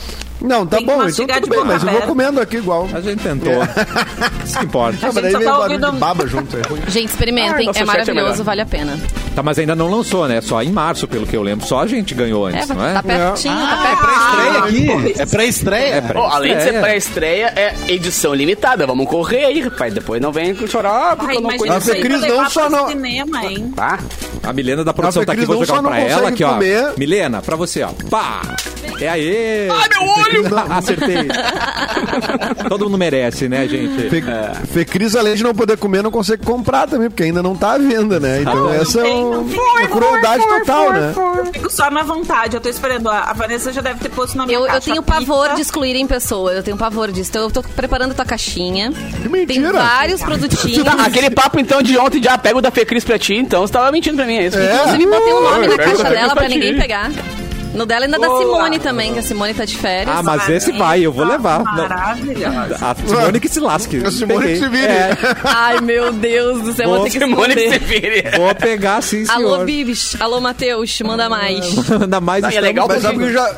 E: Não, tá
D: Tem que
E: bom, então
D: mastigar
E: tudo
D: de
E: bem,
D: boca
E: mas eu vou
D: aberta.
E: comendo aqui igual.
A: A gente tentou. Isso que importa.
D: A
E: Ah, mas
D: gente
E: daí
D: só
E: vem
D: tá
E: o barulho
D: ouvindo-
E: de baba junto. é ruim.
C: Gente, experimentem.
B: Ah, nosso
C: é
B: chat é
C: maravilhoso,
B: melhor.
C: vale a pena.
A: Tá, mas ainda não lançou, né? Só em março, pelo que eu lembro. Só a gente ganhou
C: É,
A: antes, não
C: tá
A: é?
C: pertinho, tá
F: Estreia
C: pertinho.
F: aqui. É pré-estreia?
A: É pré-
B: Ó, além de ser
A: Estreia.
B: pré-estreia, é edição limitada. Vamos correr aí, rapaz. Depois não vem chorar ah, porque
D: Ai,
B: eu não
D: imagina
B: conheço.
D: isso aí pra
E: Cris,
D: levar
E: não só
D: pro
E: não-
D: cinema, hein?
B: Tá?
A: A Milena da produção
E: Nossa,
A: tá aqui,
E: Cris
A: vou
E: não
A: jogar
E: só não
A: pra ela
E: consegue
A: aqui, ó.
E: comer.
A: Milena, pra você, ó. Pá! É aê! Ai, meu olho! Acertei. Todo mundo merece, né, gente?
E: Fe,
B: É.
E: Fê Cris, além de não poder comer, não consegue comprar também, porque ainda não tá à venda, né? Então essa é
D: tem,
E: um-
D: não
E: uma crueldade total, né?
D: Eu fico só na vontade, eu tô esperando. A a Vanessa já deve ter posto na minha
C: Eu, eu
D: caixa
C: tenho
D: a pizza.
C: pavor de excluírem pessoas, eu tenho pavor disso. Então eu tô preparando a tua caixinha.
E: Que
C: Tem
E: mentira!
C: vários produtinhos.
B: Tá, aquele papo então de ontem já pega o da Fecris pra ti, então você tava mentindo pra mim, é isso?
E: É.
C: Inclusive, botei o um nome na
B: Pega
C: caixa
B: pra
C: dela pra
B: ti.
C: ninguém pegar. No dela ainda da
D: Boa.
C: Simone também, que a Simone tá de férias.
A: Ah, mas esse vai, eu vou levar. Não,
D: tá Maravilhosa.
A: A Simone que se lasque.
E: A Simone
A: Peguei.
E: que se vire.
A: É,
C: Ai, meu Deus do céu, eu vou ter que
B: Simone que se
C: esconder.
B: vire.
A: É, vou pegar sim, senhor.
C: Alô, Bibis. Alô, Matheus. Manda mais.
A: Ainda mais
B: Não, e é
A: estamos-
B: legal
E: Mas sabe que eu já.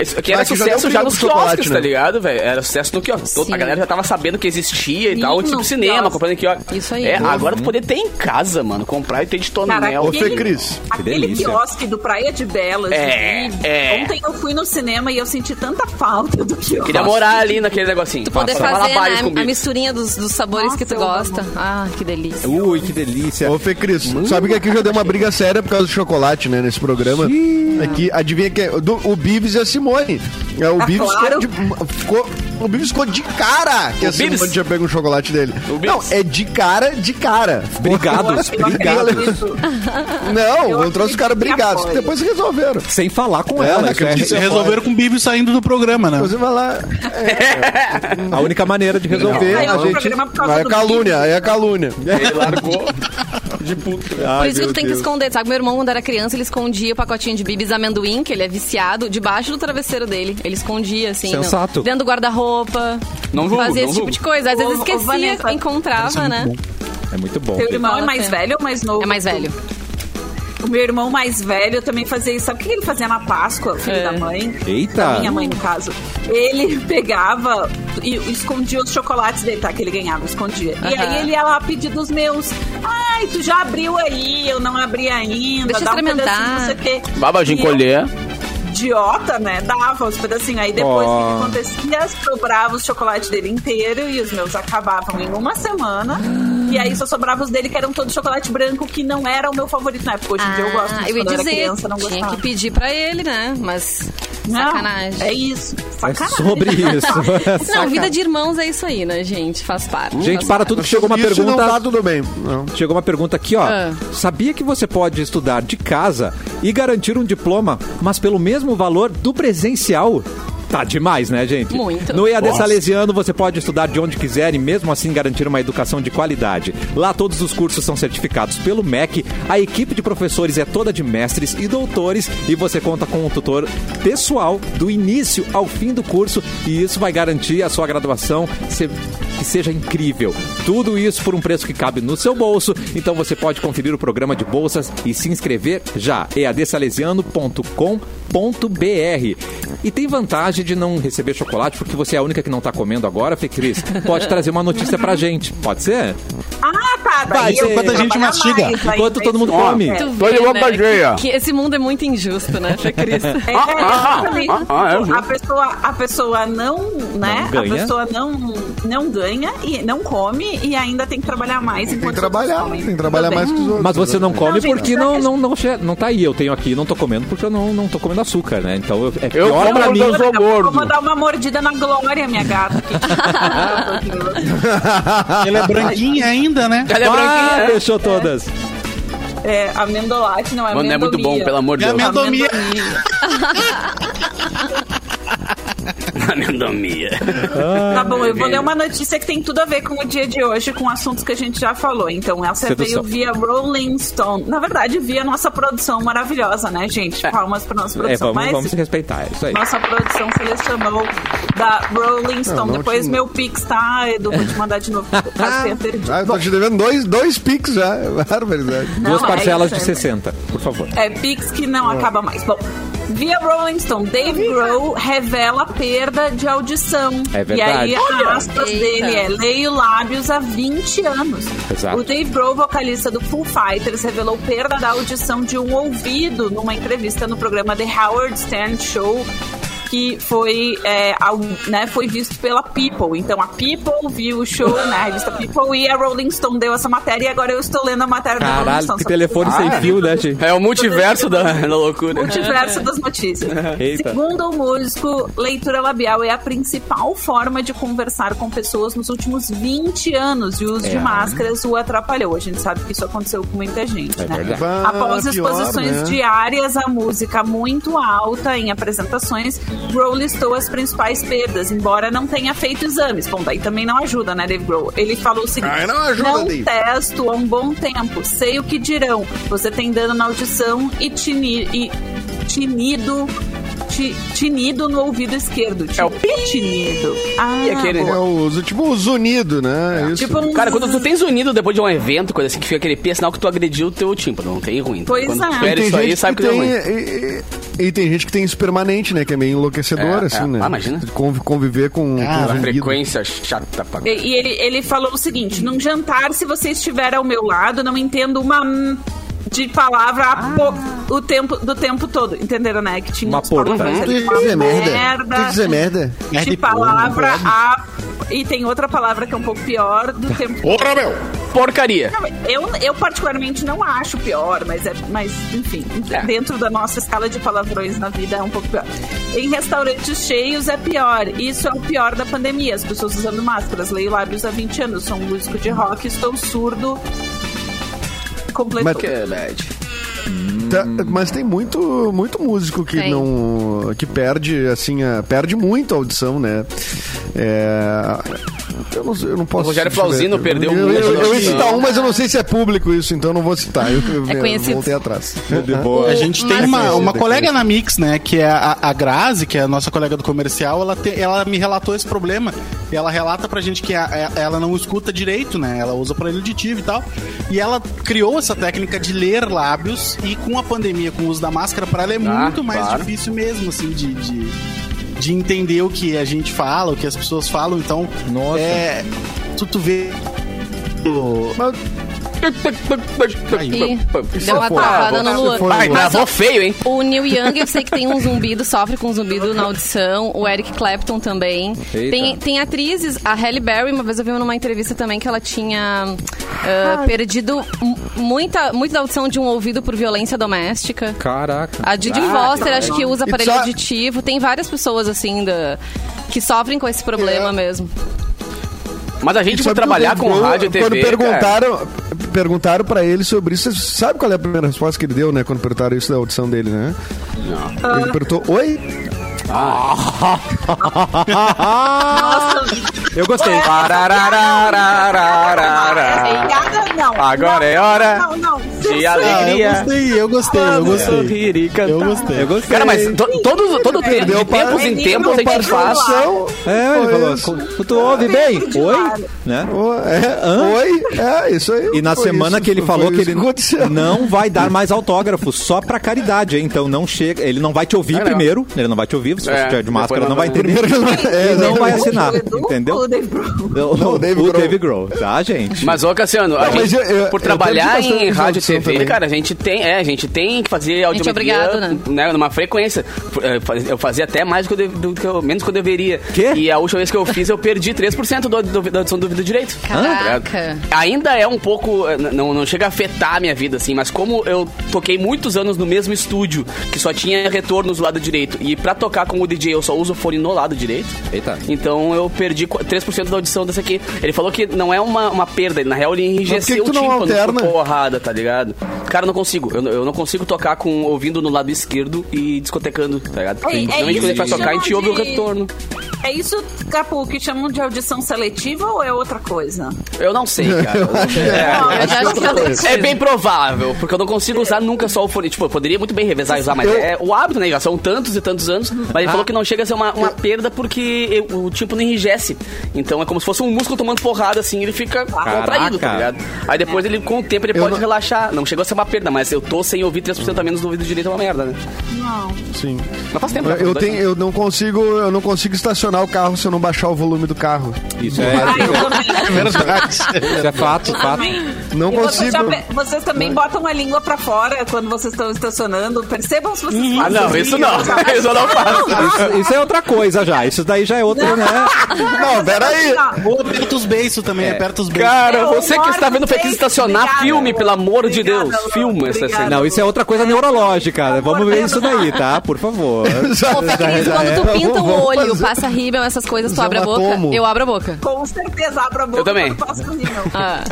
B: Isso aqui era
E: Mas que já
B: sucesso
E: deu
B: já
E: briga
B: nos
E: pro chocolate,
B: quiosques,
E: né?
B: tá ligado, velho? Era sucesso no quiosque. Todo-
C: Sim.
B: A galera já tava sabendo que existia e
D: Sim,
B: tal, tipo
D: no
B: cinema,
D: quiosque.
B: comprando em quiosque.
C: Isso aí.
B: É,
C: Uhum.
B: agora tu poder ter em casa, mano. Comprar e ter de
D: Cara,
B: tonel.
E: Ô, Fê Cris.
D: Aquele
A: delícia.
D: quiosque do Praia de Belas.
B: É,
D: de-
B: é.
D: Ontem eu fui no cinema e eu senti tanta falta do quiosque.
B: Queria morar ali naquele negocinho.
C: Tu poder
B: Passava
C: fazer
B: lá baile
C: né, a
B: comigo.
C: misturinha dos, dos sabores
D: Nossa,
C: que tu
D: eu amo.
C: gosta. Ah, que delícia.
A: Ui, que delícia.
E: Ô, Fê Cris, sabe que aqui já deu uma briga séria por causa do chocolate, né? Nesse programa. É que, adivinha quem é? Do- o Bibis e a Simone. É, o
D: Ah,
E: Bibis
D: claro.
E: ficou, de, ficou- O Bibis ficou de cara que
B: O
E: a Simone
B: Bibis-
E: tinha pego o chocolate dele.
B: O Bibis-
E: Não, é de cara, de cara.
A: Brigados,
D: Eu acredito.
A: brigados.
E: Não,
D: Eu
E: eu trouxe os
D: acredito que
E: caras brigados.
D: apoio.
E: Depois resolveram.
A: Sem falar com
E: É,
A: ela.
E: né,
A: isso é-
E: acredito.
F: Isso, resolveram com o Bibi saindo do programa, né?
E: Você vai lá.
A: a única maneira de resolver.
E: Vê,
D: Aí, ó,
E: a
D: o
E: gente.
D: programa por causa
E: Vai a
D: do
E: calúnia, aí a calúnia.
B: Ele largou. de puta.
C: Por isso que tu tem que esconder. Sabe, meu irmão, quando era criança, ele escondia o pacotinho de bibis amendoim, que ele é viciado, debaixo do travesseiro dele. Ele escondia, assim. no-
A: Sensato.
C: dentro do guarda-roupa.
B: Não julgo,
C: Fazia
B: não
C: esse
B: julgo.
C: tipo de coisa. Às vezes
D: Ô, ô,
C: esquecia,
D: Vanessa,
C: encontrava, né?
A: É muito bom.
D: Teu irmão é
C: Fala,
D: mais
C: Fê.
D: velho ou mais novo?
C: É mais velho.
D: O meu irmão mais velho também fazia isso. Sabe o que ele fazia na Páscoa, filho
C: É.
D: da mãe?
A: Eita.
D: Da minha mãe, no caso. Ele pegava e escondia os chocolates dele, tá? Que ele ganhava, escondia. E
C: Aham.
D: aí ele ia lá pedir dos meus. Ai, tu já abriu aí, eu não abri ainda.
C: Deixa eu
D: dá um
C: experimentar.
D: pedacinho, não sei o quê.
B: Baba de
D: E eu,
B: encolher.
D: Idiota, né? Dava os pedacinhos. Aí depois
A: Ó.
D: o que que acontecia? Sobrava os chocolates dele inteiro e os meus acabavam em uma semana. E aí só sobrava os dele que eram todo chocolate branco, que não era o meu favorito na época. Hoje em dia eu gosto, mas
C: Ah, eu ia
D: quando eu era
C: dizer,
D: criança eu não
C: tinha
D: gostava.
C: que pedir pra ele, né? Mas
D: Não,
C: sacanagem.
D: É isso. Sacanagem.
A: sobre isso.
C: Não, vida de irmãos é isso aí, né, gente? Faz parte.
A: Gente,
C: faz
A: para
C: parte.
A: tudo que chegou uma
E: Isso não
A: pergunta.
E: tá tudo bem. Não.
A: Chegou uma pergunta aqui, ó.
C: Ah.
A: Sabia que você pode estudar de casa e garantir um diploma, mas pelo mesmo valor do presencial? Tá demais, né, gente?
C: Muito.
A: No EAD Salesiano, você pode estudar de onde quiser e mesmo assim garantir uma educação de qualidade. Lá todos os cursos são certificados pelo MEC, a equipe de professores é toda de mestres e doutores e você conta com um tutor pessoal do início ao fim do curso e isso vai garantir a sua graduação se- que seja incrível. Tudo isso por um preço que cabe no seu bolso, então você pode conferir o programa de bolsas e se inscrever já. eadsalesiano.com.br E tem vantagem de não receber chocolate, porque você é a única que não tá comendo agora, Fê Cris. Pode trazer uma notícia pra gente, pode ser?
D: Ah, tá.
A: Vai,
D: Daí eu
A: enquanto a
D: vou
F: gente
D: trabalhar
F: mastiga.
D: mais, aí
A: Enquanto
D: vai
A: todo mundo
D: ser-
A: come.
D: É.
B: Tô
C: Tu
B: de
C: vê, né,
B: mão pra cheia.
C: que, que esse mundo é muito injusto, né, Fê Cris?
D: É,
B: Ah, ah,
D: exatamente.
B: ah, ah, é justo.
D: Tipo, a pessoa a pessoa não né
A: Não ganha.
D: a pessoa não não ganha e não come e ainda tem que trabalhar mais
E: Tem
D: enquanto
E: que trabalhar,
D: os outros comem.
E: tem que trabalhar
D: Tudo
E: mais que
D: bem.
E: os outros.
A: Mas você não come
D: Não, é gente,
A: porque
D: será
A: não,
D: que-
A: não, não, che- não tá aí. Eu tenho aqui, não tô comendo porque eu não, não tô comendo açúcar, né? Então eu- é
B: Eu
A: pior
B: como
A: pra
B: quando
A: mim.
B: eu sou
D: Vou
B: gordo.
D: mandar uma mordida na Glória, minha gata. que-
F: Ele é branquinho ainda, né?
B: Ela é
A: Ah,
B: branquinha.
A: fechou todas.
D: é, amendolate, não é
B: Mano, é muito bom,
D: amendolia.
B: pelo amor de
F: É a
B: Deus.
F: minha- Amendomia.
B: Amendomia.
D: Tá bom, eu vou ler uma notícia que tem tudo a ver com o dia de hoje, com assuntos que a gente já falou. Então, essa
A: Sedução.
D: veio via Rolling Stone. Na verdade, via nossa produção maravilhosa, né, gente? Palmas pra
A: É,
D: nossa produção.
A: vamos,
D: Mas
A: vamos se respeitar, é isso aí.
D: nossa produção selecionou da Rolling Stone.
E: não
D: Depois
E: te-
D: meu pix, tá, Edu? Vou te mandar de novo. Caso tenha perdido.
E: Ah, eu tô te devendo dois, dois piques já. É barbaridade.
A: Duas
D: Não, é
A: parcelas
D: isso,
A: de
D: é-
A: 60, por favor.
D: É Pix que não acaba mais. Bom, Via Rolling Stone, Dave Grohl revela perda de audição.
A: É verdade.
D: E aí, a aspas
C: Eita.
D: dele é leio lábios há 20 anos.
A: Exato.
D: O Dave Grohl, vocalista do Foo Fighters, revelou perda da audição de um ouvido numa entrevista no programa The Howard Stern Show. Que foi, é, ao- né, foi visto pela People. Então a People viu o show, né? A revista People e a Rolling Stone deu essa matéria e agora eu estou lendo a matéria da Rolling
A: Caralho,
D: Stone.
A: que
D: sobre
A: telefone sem fio, né, gente?
B: É o multiverso da, da loucura.
D: Multiverso das notícias.
A: Eita.
D: Segundo o músico, leitura labial é a principal forma de conversar com pessoas nos últimos 20 anos e o uso de máscaras o atrapalhou. A gente sabe que isso aconteceu com muita gente, né?
E: Bah,
D: Após
E: pior,
D: exposições
E: né?
D: diárias à música muito alta em apresentações, Grohl listou as principais perdas, embora não tenha feito exames. Bom, daí também não ajuda, né, Dave Grohl? Ele falou o seguinte:
E: Ah, não ajuda, Dave.
D: testo há um bom tempo, sei o que dirão. Você tem dano na audição e, tini, e tinido. ti- Tinido no ouvido esquerdo. Tipo,
B: É o
D: tinido. Ah,
B: E aquele-
D: boa.
E: É os, tipo os unidos,
B: É.
E: né? Isso.
D: Tipo um
B: Cara, quando tu tens unido depois de um evento, coisa assim, que fica aquele P, é sinal que tu agrediu o teu tímpano. Não tem ruim. tá
D: Pois
B: quando
D: é.
B: tu
D: E
B: fere isso aí, sabe que, deu
E: tem,
B: ruim.
E: e, e- e tem gente que tem isso permanente, né? Que é meio enlouquecedor,
B: É,
E: assim,
B: é.
E: né?
B: Ah, imagina. Ah,
E: Conv- conviver com, com né?
B: Uma
E: zumbido.
B: frequência chata pra...
D: E, e ele, ele falou o seguinte: num jantar, se você estiver ao meu lado, não entendo uma hum de palavra a po- o tempo, do tempo todo. Entenderam, né? Que tinha
A: Uma
D: uns palavrões
A: porta.
E: Tu
D: ali,
E: diz dizer merda. Tu diz dizer merda.
F: Merda
D: De
F: e porra,
D: palavra
F: não pode.
D: a. E tem outra palavra que é um pouco pior do tempo
F: Porra, meu!
B: Porcaria.
D: eu, eu particularmente não acho pior, mas, é, mas enfim,
B: É.
D: dentro da nossa escala de palavrões na vida é um pouco pior. Em restaurantes cheios é pior. Isso é o pior da pandemia. As pessoas usando máscaras. Leio lábios há 20 anos. Sou um músico de rock, estou surdo. Completou.
E: Mas-
B: É, bad.
E: Tá, mas tem muito, muito músico que
C: Tem.
E: não. que perde, assim, a- perde muito a audição, né? É. Eu não, eu não posso.
B: O Rogério
E: deixa eu ver.
B: Flauzino perdeu
E: eu,
B: muito
E: eu,
B: a
E: eu ia
B: audição.
E: citar um, mas eu não sei se é público isso, então eu não vou citar. Eu, eu,
C: É conhecido.
E: voltei atrás.
A: De boa.
F: A gente tem
C: Mas-
F: uma, uma
E: Sim.
F: colega na Mix, né? Que é a, a Grazi, que é a nossa colega do comercial, ela, te- ela me relatou esse problema. E ela relata pra gente que a- a- ela não escuta direito, né? Ela usa aparelho auditivo e tal. E ela criou essa técnica de ler lábios e com a pandemia, com o uso da máscara, pra ela é
B: Ah,
F: muito mais
B: claro.
F: difícil mesmo, assim, de. de de entender o que a gente fala, o que as pessoas falam, então
A: Nossa.
F: é tu, tu vê
B: é
C: E deu uma
E: for-
C: travada
E: ah,
C: no
E: se
C: Luan.
E: for-
B: Ai,
C: Mas
B: travou
C: o-
B: feio, hein?
C: O Neil Young, eu sei que tem um zumbido, sofre com zumbido na audição. O Eric Clapton também.
A: Eita.
C: Tem, tem atrizes, a Halle Berry, uma vez eu vi numa entrevista também que ela tinha ah, perdido mu- muita, muito da audição de um ouvido por violência doméstica.
A: Caraca.
C: A Didi Foster, acho que usa aparelho
E: It's a-
C: auditivo. Tem várias pessoas, assim, da- que sofrem com esse problema mesmo.
B: Mas a gente foi
E: Sabe
B: tipo, trabalhar
E: que o
B: com
E: Dave Grohl,
B: rádio e TV.
E: Quando perguntaram, perguntaram pra ele sobre isso, você sabe qual é a primeira resposta que ele deu, né? Quando perguntaram isso da audição dele, né? Não. Ele perguntou, oi?
A: Eu gostei.
B: Pararararararara.
D: Obrigada, é não.
B: Agora é hora
D: Não, não.
B: de
F: Ah, eu
B: alegria.
F: gostei, eu gostei, eu
B: Vamos
F: gostei.
B: sorrir e cantar.
F: Eu
E: Tá.
F: gostei.
A: Eu gostei. É,
B: Cara, mas to, todos, todo tempo, de tempos em tempos a gente faz.
E: Então,
A: É, ele
E: foi
A: falou,
E: isso.
A: "Tu- tu ouve bem?
D: Perdi de
A: Oi?
D: lado.
A: Né?
E: Oi, é, oi, é, isso aí.
A: E na
E: foi
A: semana
E: isso,
A: que ele
E: foi
A: falou
E: isso
A: que ele
E: aconteceu.
A: não vai dar mais autógrafo, só pra caridade, hein? Então não chega, ele não vai te ouvir
B: Ah, não.
A: primeiro, ele não vai te ouvir, se
B: É,
A: você tiver de
B: depois
A: máscara,
B: não
A: não vai
B: vai.
A: entender.
E: É,
A: Ele não vai
E: exatamente.
A: assinar,
D: O Edu
A: entendeu?
D: ou o Dave Grohl?
A: O,
E: o Dave Grohl.
A: Dave Grohl, tá, gente?
B: Mas, ô, Cassiano, a
E: Não, mas
B: gente,
E: eu- eu-
B: por
E: eu
B: trabalhar
E: perdi bastante
B: em rádio e
E: audição
B: TV,
E: também.
B: cara, a gente tem, é, a gente tem que fazer audiometria,
C: obrigado, né?
B: numa frequência. Eh, faz- Eu fazia até mais do que eu, deve- do que eu- menos do que eu deveria.
A: Quê?
B: E a última vez que eu fiz, eu perdi 3% do, do, da audição do ouvido direito.
C: Caraca.
B: Ah, Ainda é um pouco, eh, n- não, não chega a afetar a minha vida, assim, mas como eu toquei muitos anos no mesmo estúdio, que só tinha retornos do lado direito, e pra tocar como DJ eu só uso o fone no lado direito,
A: Eita.
B: então eu perdi qu- 3% da audição dessa aqui. Ele falou que não é uma, uma perda, na real ele
E: Mas por que que
B: enrijeceu
E: tu
B: o
E: não
B: tímpano
E: alterna?
B: por porrada, tá ligado? Cara, eu não consigo. Eu, eu não consigo tocar com ouvindo no lado esquerdo e discotecando, tá ligado?
D: É, é
B: Normalmente
D: isso
B: quando a gente vai
D: que
B: tocar, a gente
D: chamam
B: ouve o
D: de-
B: retorno.
D: É isso, Capu, que chamam de audição seletiva ou é outra coisa?
B: Eu não sei, cara. Eu não sei.
C: Não, eu já acho que é outra coisa.
B: É bem provável, porque eu não consigo usar nunca só o fone. Tipo, eu poderia muito bem revezar e usar, mas é o hábito, né? Já são tantos e tantos anos, mas ele falou que não chega a ser uma, uma perda porque eu- o tipo não enrijece. Então é como se fosse um músculo tomando porrada, assim, ele fica contraído, tá ligado? Aí depois ele, com o tempo, ele pode relaxar. Não chegou a ser uma perda, mas eu tô sem ouvir 3% a menos do ouvido direito é uma merda, né?
E: Sim.
B: Mas faz tempo. já, faz
E: Eu,
A: né,
B: uns dois
E: tenho, eu não consigo, eu não consigo estacionar o carro se eu não baixar o volume do carro.
A: Isso é,
D: Ah, eu também.
F: Tá.
A: isso é fato, fato.
D: Também.
E: Não
D: E vocês
E: consigo.
D: já pe- vocês também botam a língua pra fora quando vocês estão estacionando. Percebam se vocês
B: Ah,
D: fazem
B: não, isso não. Isso eu não faço.
A: Isso, isso é outra coisa já. Isso daí já é outro, né?
E: Não, peraí.
F: Ou aperta os beiços também, aperta os beiços.
B: Cara,
D: Eu
B: você que está
D: moro
B: vendo
D: no
B: Feliz
D: Face,
B: estacionar,
D: obrigada,
B: filme,
D: Lu.
B: pelo amor de
D: Obrigada,
B: Deus.
D: Lu.
B: Filma essa
D: Obrigada.
B: cena.
A: Não, isso é outra coisa neurológica. né? Vamos ver isso daí, tá? Por favor.
C: Ô, Fê Cris, quando tu
E: é.
C: pinta
E: Vamos-
C: o olho,
E: vamos fazer.
C: passa rímel, essas coisas, tu
E: Usar
C: abre a
E: um
C: boca.
E: atomo.
C: Eu abro a boca.
D: Com certeza, abra a boca.
B: Eu também.
D: quando passa o nível.
C: Ah,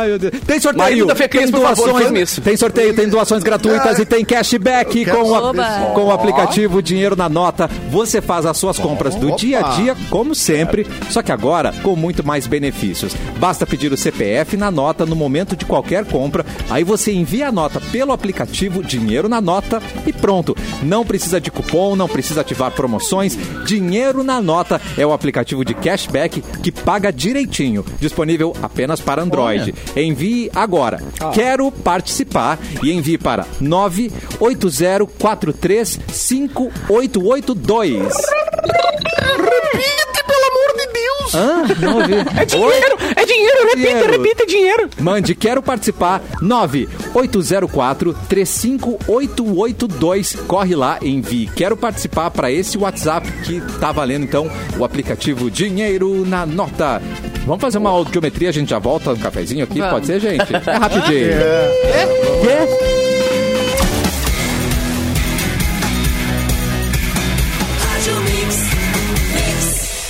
A: Ai, meu Deus. Tem sorteio.
B: Marido da Fecris,
A: tem
B: por favor,
A: doações.
B: firme isso.
A: Tem sorteio, tem doações gratuitas e tem cashback
E: quero
A: com, o
C: saber
A: a-
C: só.
A: com o aplicativo Dinheiro na Nota. Você faz as suas compras do
E: Opa.
A: dia a dia, como sempre, só que agora com muito mais benefícios. Basta pedir o CPF na nota no momento de qualquer compra. Aí você envia a nota pelo aplicativo Dinheiro na Nota e pronto. Não precisa de cupom, não precisa ativar promoções. Dinheiro na Nota é o aplicativo de cashback que paga direitinho. Disponível apenas para Android. Envie agora. Quero participar e envie para 980435882. Hã? Não ouvi.
B: É dinheiro, é dinheiro,
A: Dinheiro.
B: repita, repita, é dinheiro.
A: Mande, quero participar. 980435882. Corre lá, envie. Quero participar para esse WhatsApp que tá valendo então o aplicativo Dinheiro na Nota. Vamos fazer uma audiometria, a gente já volta um cafezinho aqui,
C: Vamos.
A: pode ser, gente? É rapidinho. É.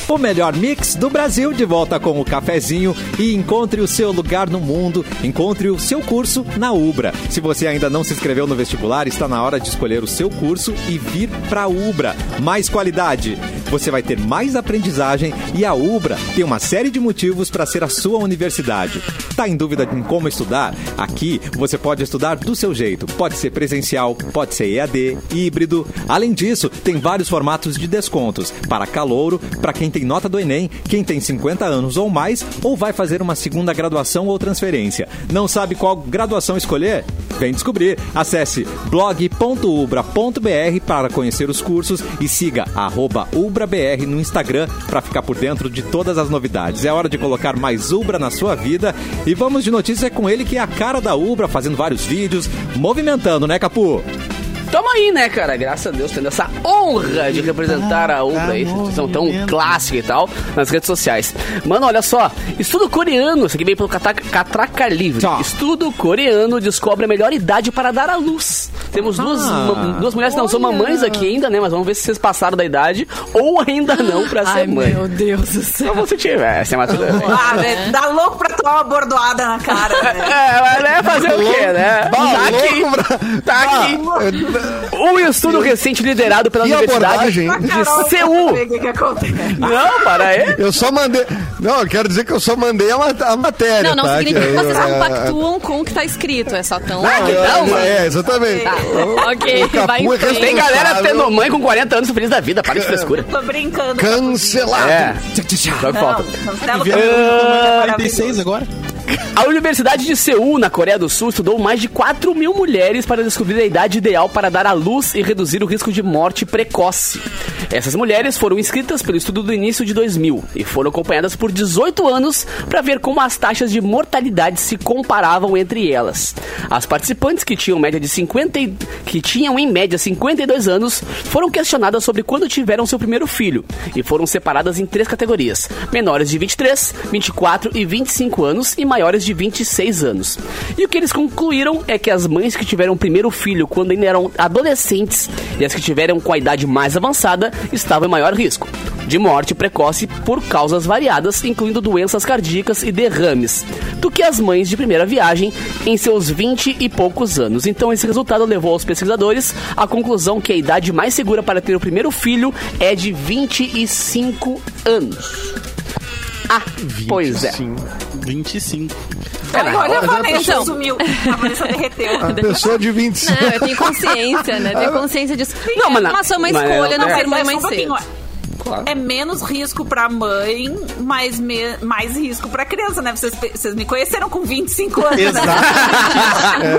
A: O melhor mix do Brasil de volta com o cafezinho e encontre o seu lugar no mundo, encontre o seu curso na Ubra. Se você ainda não se inscreveu no vestibular, está na hora de escolher o seu curso e vir para Ubra. Mais qualidade, você vai ter mais aprendizagem e a Ubra tem uma série de motivos para ser a sua universidade. Tá em dúvida em como estudar? Aqui você pode estudar do seu jeito. Pode ser presencial, pode ser EAD, híbrido. Além disso, tem vários formatos de descontos para calouro, para quem tem nota do Enem, quem tem 50 anos ou mais, ou vai fazer uma segunda graduação ou transferência. Não sabe qual graduação escolher? Vem descobrir. Acesse blog.ubra.br para conhecer os cursos e siga arroba UbraBR no Instagram para ficar por dentro de todas as novidades. É hora de colocar mais Ubra na sua vida e vamos de notícia com ele que é a cara da Ubra, fazendo vários vídeos, movimentando, né, Capu?
B: Tamo aí, né, cara? Graças a Deus, tendo essa honra de representar a Ubra, aí, instituição tão clássica e tal, nas redes sociais. Mano, olha só, estudo coreano, isso aqui veio pelo Cataca- Catraca Livre.
A: Tá.
B: Estudo coreano descobre a melhor idade para dar à luz. Temos duas, ma- duas mulheres que não são mamães aqui ainda, né? Mas vamos ver se vocês passaram da idade ou ainda não pra ser
C: ai,
B: é mãe.
C: meu Deus do céu.
B: Então você tivesse, mas tudo bem.
D: Ah, velho, dá louco pra tomar uma bordoada na cara, velho.
B: É, mas né, fazer o quê, né? Tá
E: louco,
B: aqui, tá aqui. Um estudo recente liderado pela
E: Que
B: Universidade
E: abordagem, hein?
B: de
D: pra
B: Seul.
D: saber o que que acontece.
B: Não, para aí.
E: Eu só mandei. Não, eu quero dizer que eu só mandei a, mat- a matéria.
C: Não, não
E: tá?
C: significa que
E: eu-
C: vocês
E: é-
C: não pactuam com o que tá escrito. É só tão.
B: Ah, que
E: é-
B: não, mano.
E: É, exatamente.
C: Tá. ok,
E: o Capu
C: vai
E: é
C: em frente.
B: Tem galera tendo mãe com 40 anos feliz da vida, para de frescura.
D: Tô brincando.
E: Cancelado.
B: É, só que
D: Não,
B: falta.
D: cancela o
F: Vieram
D: cabelo,
F: também
D: maravilhoso.
F: 46 agora.
B: A Universidade de Seul, na Coreia do Sul, estudou mais de 4 mil mulheres para descobrir a idade ideal para dar à luz e reduzir o risco de morte precoce. Essas mulheres foram inscritas pelo estudo do início de 2000 e foram acompanhadas por 18 anos para ver como as taxas de mortalidade se comparavam entre elas. As participantes que tinham média de 50 e- que tinham em média 52 anos foram questionadas sobre quando tiveram seu primeiro filho e foram separadas em três categorias: menores de 23, 24 e 25 anos e maiores de 26 anos. E o que eles concluíram é que as mães que tiveram o primeiro filho quando ainda eram adolescentes e as que tiveram com a idade mais avançada estavam em maior risco de morte precoce por causas variadas, incluindo doenças cardíacas e derrames, do que as mães de primeira viagem em seus 20 e poucos anos. Então, esse resultado levou os pesquisadores à conclusão que a idade mais segura para ter o primeiro filho é de 25 anos. Ah, pois é.
F: 25.
D: Olha, olha a Vanessa
C: pessoa-
D: sumiu. A Vanessa derreteu.
E: A pessoa de 25.
C: Não, eu tenho consciência, né? Tenho consciência disso.
B: Não, mas não-
C: Mas foi uma
B: mas
C: escolha
B: é-
C: não
B: é-
C: ser
D: Mas
C: mãe
D: é só
C: mais
D: um
C: cedo.
D: pouquinho, É menos risco pra mãe, mas me- mais risco pra criança, né? Vocês, vocês me conheceram com 25 anos,
E: É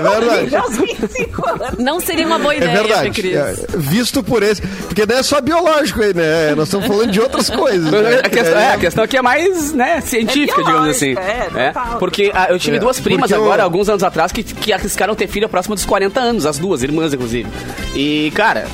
D: né?
E: verdade.
D: Já aos 25 anos.
C: Não seria uma boa
E: É
C: ideia, Fê
E: verdade.
C: Cris.
E: É, visto por esse. Porque não é só biológico aí, né? Nós estamos falando de outras coisas. né?
B: A questão, é, a questão aqui é mais, né, científica,
D: É
B: digamos assim.
D: biológica, é, total,
B: porque ah, eu tive
E: É,
B: duas primas
E: porque eu-
B: agora, alguns anos atrás, que, que arriscaram ter filho próximo dos 40 anos, as duas, irmãs, inclusive. E, cara.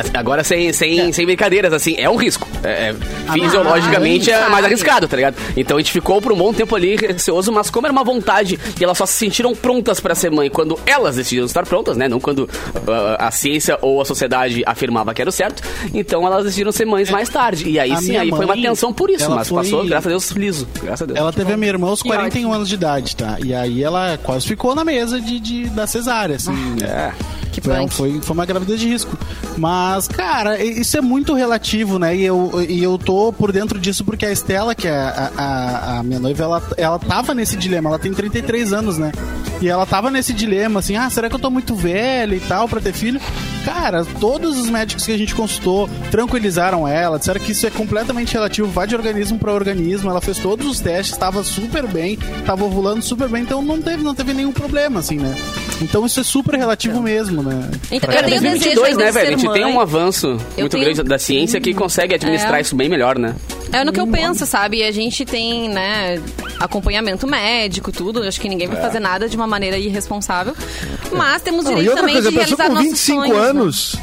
B: Assim, Agora, sem, sem, sem brincadeiras, assim, é um risco. É, é, fisiologicamente é mais arriscado, tá ligado? Então a gente ficou por um bom tempo ali receoso, mas como era uma vontade e elas só se sentiram prontas pra ser mãe quando elas decidiram estar prontas, né? Não quando ah, a ciência ou a sociedade afirmava que era o certo. Então elas decidiram ser mães mais tarde. E aí
F: A
B: sim,
F: minha
B: aí foi uma
F: mãe,
B: tensão por isso,
F: ela
B: mas
F: foi-
B: passou, graças a Deus, liso. Graças a Deus.
F: Ela teve a minha irmã aos 41 anos de idade, tá? E aí ela quase ficou na mesa de, de- da cesárea, assim. né?
C: que
F: Então,
C: punk.
F: foi, foi uma gravidez de risco. Mas, cara, e- isso é muito relativo, né? E eu, e eu tô por dentro disso porque a Estela, que é a, a- a minha noiva, ela, ela tava nesse dilema. Ela tem 33 anos, né? E ela tava nesse dilema, assim, ah, será que eu tô muito velha e tal pra ter filho? Cara, todos os médicos que a gente consultou tranquilizaram ela, disseram que isso é completamente relativo, vai de organismo pra organismo. Ela fez todos os testes, tava super bem, tava ovulando super bem, então não teve, não teve nenhum problema, assim, né? Então isso é super relativo mesmo, né?
C: Então,
B: Cara,
C: eu tenho desejo
B: 2022,
C: ainda
B: né,
C: de
B: velho? A
C: ser
B: gente tem
C: mãe.
B: um avanço muito
C: tenho-
B: grande da ciência que consegue administrar
C: É.
B: isso bem melhor, né?
C: É no que eu penso, sabe? A gente tem, né, acompanhamento médico, tudo. Acho que ninguém vai fazer nada de uma maneira irresponsável. Mas temos
E: Não, e
C: direito
E: outra
C: também
E: coisa, a
C: de
E: pessoa
C: realizar
E: com
C: nossos
E: 25
C: sonhos. né?
E: anos.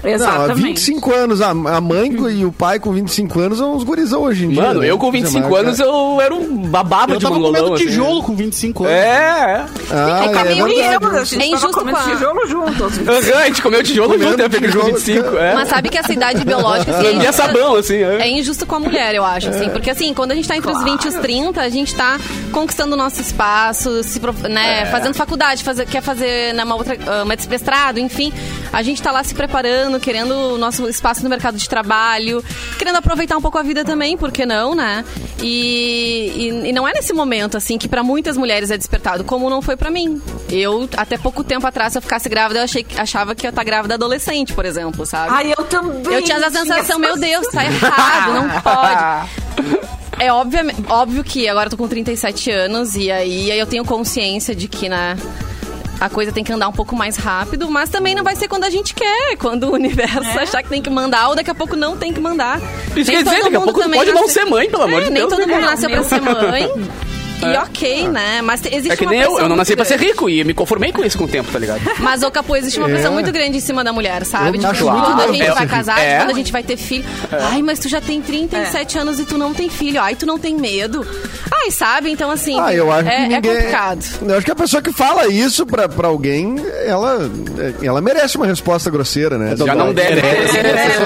E: Não, há
D: Exatamente.
E: 25 anos, a, a mãe
C: Hum.
E: com- e o pai com 25 anos são uns gurizão hoje em dia.
B: Mano,
E: né?
B: eu com
E: Você
B: 25
E: marca-
B: anos eu era um bababa
F: Eu
B: de
F: tava
B: mangolão.
F: comendo
B: assim, né?
F: tijolo com 25 anos.
B: É, é.
E: Ah,
D: É
E: é
D: caminho e
E: verdade.
D: eu, a gente
C: É
D: tava
C: injusto
D: comendo
C: com a-
D: tijolo juntos.
B: Aham, a gente comeu tijolo
E: Comendo
B: junto, né? Pegando
E: tijolo,
B: 25, é.
C: Mas sabe que essa idade biológica... Assim, é
B: Lambia
C: injusta-
B: sabão, assim. É.
C: É injusto com a mulher, eu acho, assim. Porque, assim, quando a gente tá entre os 20 e os 30, a gente tá conquistando o nosso espaço, se, prof- né, fazendo faculdade, fazer- quer fazer né, uma outra, ah, uma mestrado, enfim. A gente tá lá se preparando, querendo o nosso espaço no mercado de trabalho, querendo aproveitar um pouco a vida também, por que não, né? E, e- e não é nesse momento, assim, que pra muitas mulheres é despertado, como não foi pra mim. Eu, até pouco tempo atrás, se eu ficasse grávida, eu achei, que- achava que eu ia estar grávida adolescente, por exemplo, sabe?
D: Ai, eu também.
C: Eu tinha essa sensação, meu Deus, tá errado, não pode. É óbvio, óbvio que agora eu tô com 37 anos e aí, aí eu tenho consciência de que, né? A coisa tem que andar um pouco mais rápido, mas também não vai ser quando a gente quer, quando o universo achar que tem que mandar, ou daqui a pouco não tem que mandar.
B: Isso quer dizer,
C: Nem todo
B: daqui a
C: mundo
B: pouco tu
C: também
B: pode não
C: nasce-
B: ser mãe, pelo amor
C: É,
B: de
C: nem
B: Deus,
C: todo
B: né,
C: mundo
B: cara?
C: nasceu pra ser mãe. E ok, né? Mas te- existe
B: É que
C: uma
B: nem eu, eu
C: pressão
B: não nasci
C: muito
B: pra ser
C: grande.
B: rico e me conformei com isso com o tempo, tá ligado?
C: Mas, ô Capô, existe uma pressão muito grande em cima da mulher, sabe?
E: É. Eu
C: Tipo,
E: acho muito
C: quando a
E: grande
C: gente
E: essa
C: vai
E: vida.
C: casar,
B: É.
C: quando a gente vai ter filho. Ai, mas tu já tem 37 anos e tu não tem filho. Ai, tu não tem medo. Ai, sabe? Então, assim,
E: Ah, eu acho
C: é,
E: que
C: é
E: ninguém...
C: complicado.
E: Eu acho que a pessoa que fala isso pra, pra alguém, ela, ela merece uma resposta grosseira, né?
B: Já não deve.
D: É,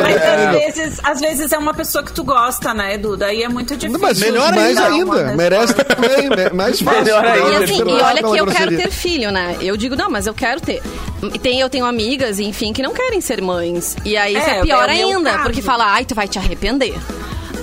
D: mas às vezes, às vezes é uma pessoa que tu gosta, né, Edu? Daí é muito difícil.
E: Mas melhor mais
D: dar uma
E: ainda.
D: dessa-
E: Merece também, me- mais fácil.
B: Melhor
E: né?
B: ainda.
C: E
E: Ela
C: assim,
E: perdoar
C: e olha
E: pela
C: que eu quero
E: grosseria.
C: ter filho, né? Eu digo, não, mas eu quero ter. E Tem, eu tenho amigas, enfim, que não querem ser mães. E aí isso
D: É,
C: é pior
D: é o meu
C: ainda,
D: caso.
C: porque fala, ai, tu vai te arrepender.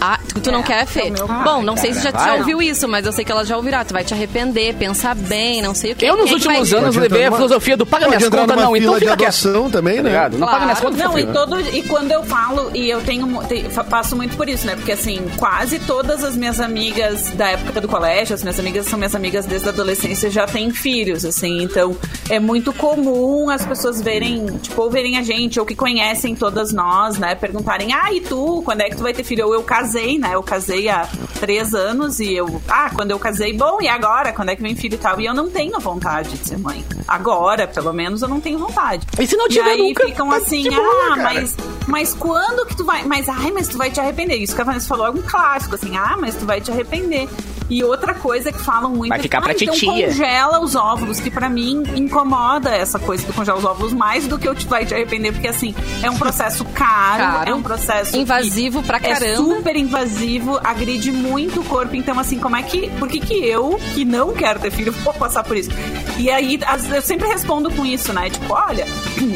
C: Ah, tu, tu não quer, Fê?
D: o meu caso.
C: Bom, não sei se já, já
B: vai.
C: ouviu isso, mas eu sei que ela já ouvirá. Tu vai te arrepender, pensar bem, não sei o que.
B: Eu, nos
C: Quem é que vai-
B: últimos anos,
E: Pode
B: levei a
E: entrar numa-
B: filosofia do paga minhas
E: Pode entrar
B: contas,
E: numa
B: não, então
E: fila de
B: fica quieto.
E: adoção também,
B: Tá
E: né?
B: ligado? Não paga minhas
C: Claro.
B: contas,
D: Não, então-
B: fica
D: e,
B: feliz.
D: todo, e quando eu falo, e eu tenho, mu- te- fa- passo muito por isso, né? Porque assim, quase todas as minhas amigas da época do colégio, as minhas amigas são minhas amigas desde a adolescência, já têm filhos, assim. Então é muito comum as pessoas verem, tipo, ou verem a gente, ou que conhecem todas nós, né? Perguntarem, ah, e tu, quando é que tu vai ter filho? Ou eu casei, né? Eu casei há três anos e eu, ah, quando eu casei, bom, e agora? Quando é que vem filho e tal? E eu não tenho vontade de ser mãe. Agora, pelo menos, eu não tenho vontade.
B: E se não
D: E
B: tiver
D: aí
B: nunca,
D: ficam
B: tá
D: assim,
B: de boa,
D: ah,
B: cara."
D: mas, Mas quando que tu vai. Mas, ai, mas tu vai te arrepender. Isso que a Vanessa falou é um clássico, assim. Ah, mas tu vai te arrepender. E outra coisa que falam muito
B: Vai
D: é
B: ficar
D: que,
B: pra
D: "Ah, então
B: titia."
D: congela os óvulos, que pra mim incomoda essa coisa do congelar os óvulos mais do que eu te vai te arrepender, porque assim, é um processo caro,
C: Caro.
D: é um processo que
C: Invasivo pra
D: é
C: caramba.
D: super invasivo, agride muito o corpo. Então, assim, como é que. Por que, que eu, que não quero ter filho, vou passar por isso? E aí, às vezes, eu sempre respondo com isso, né? Tipo, olha.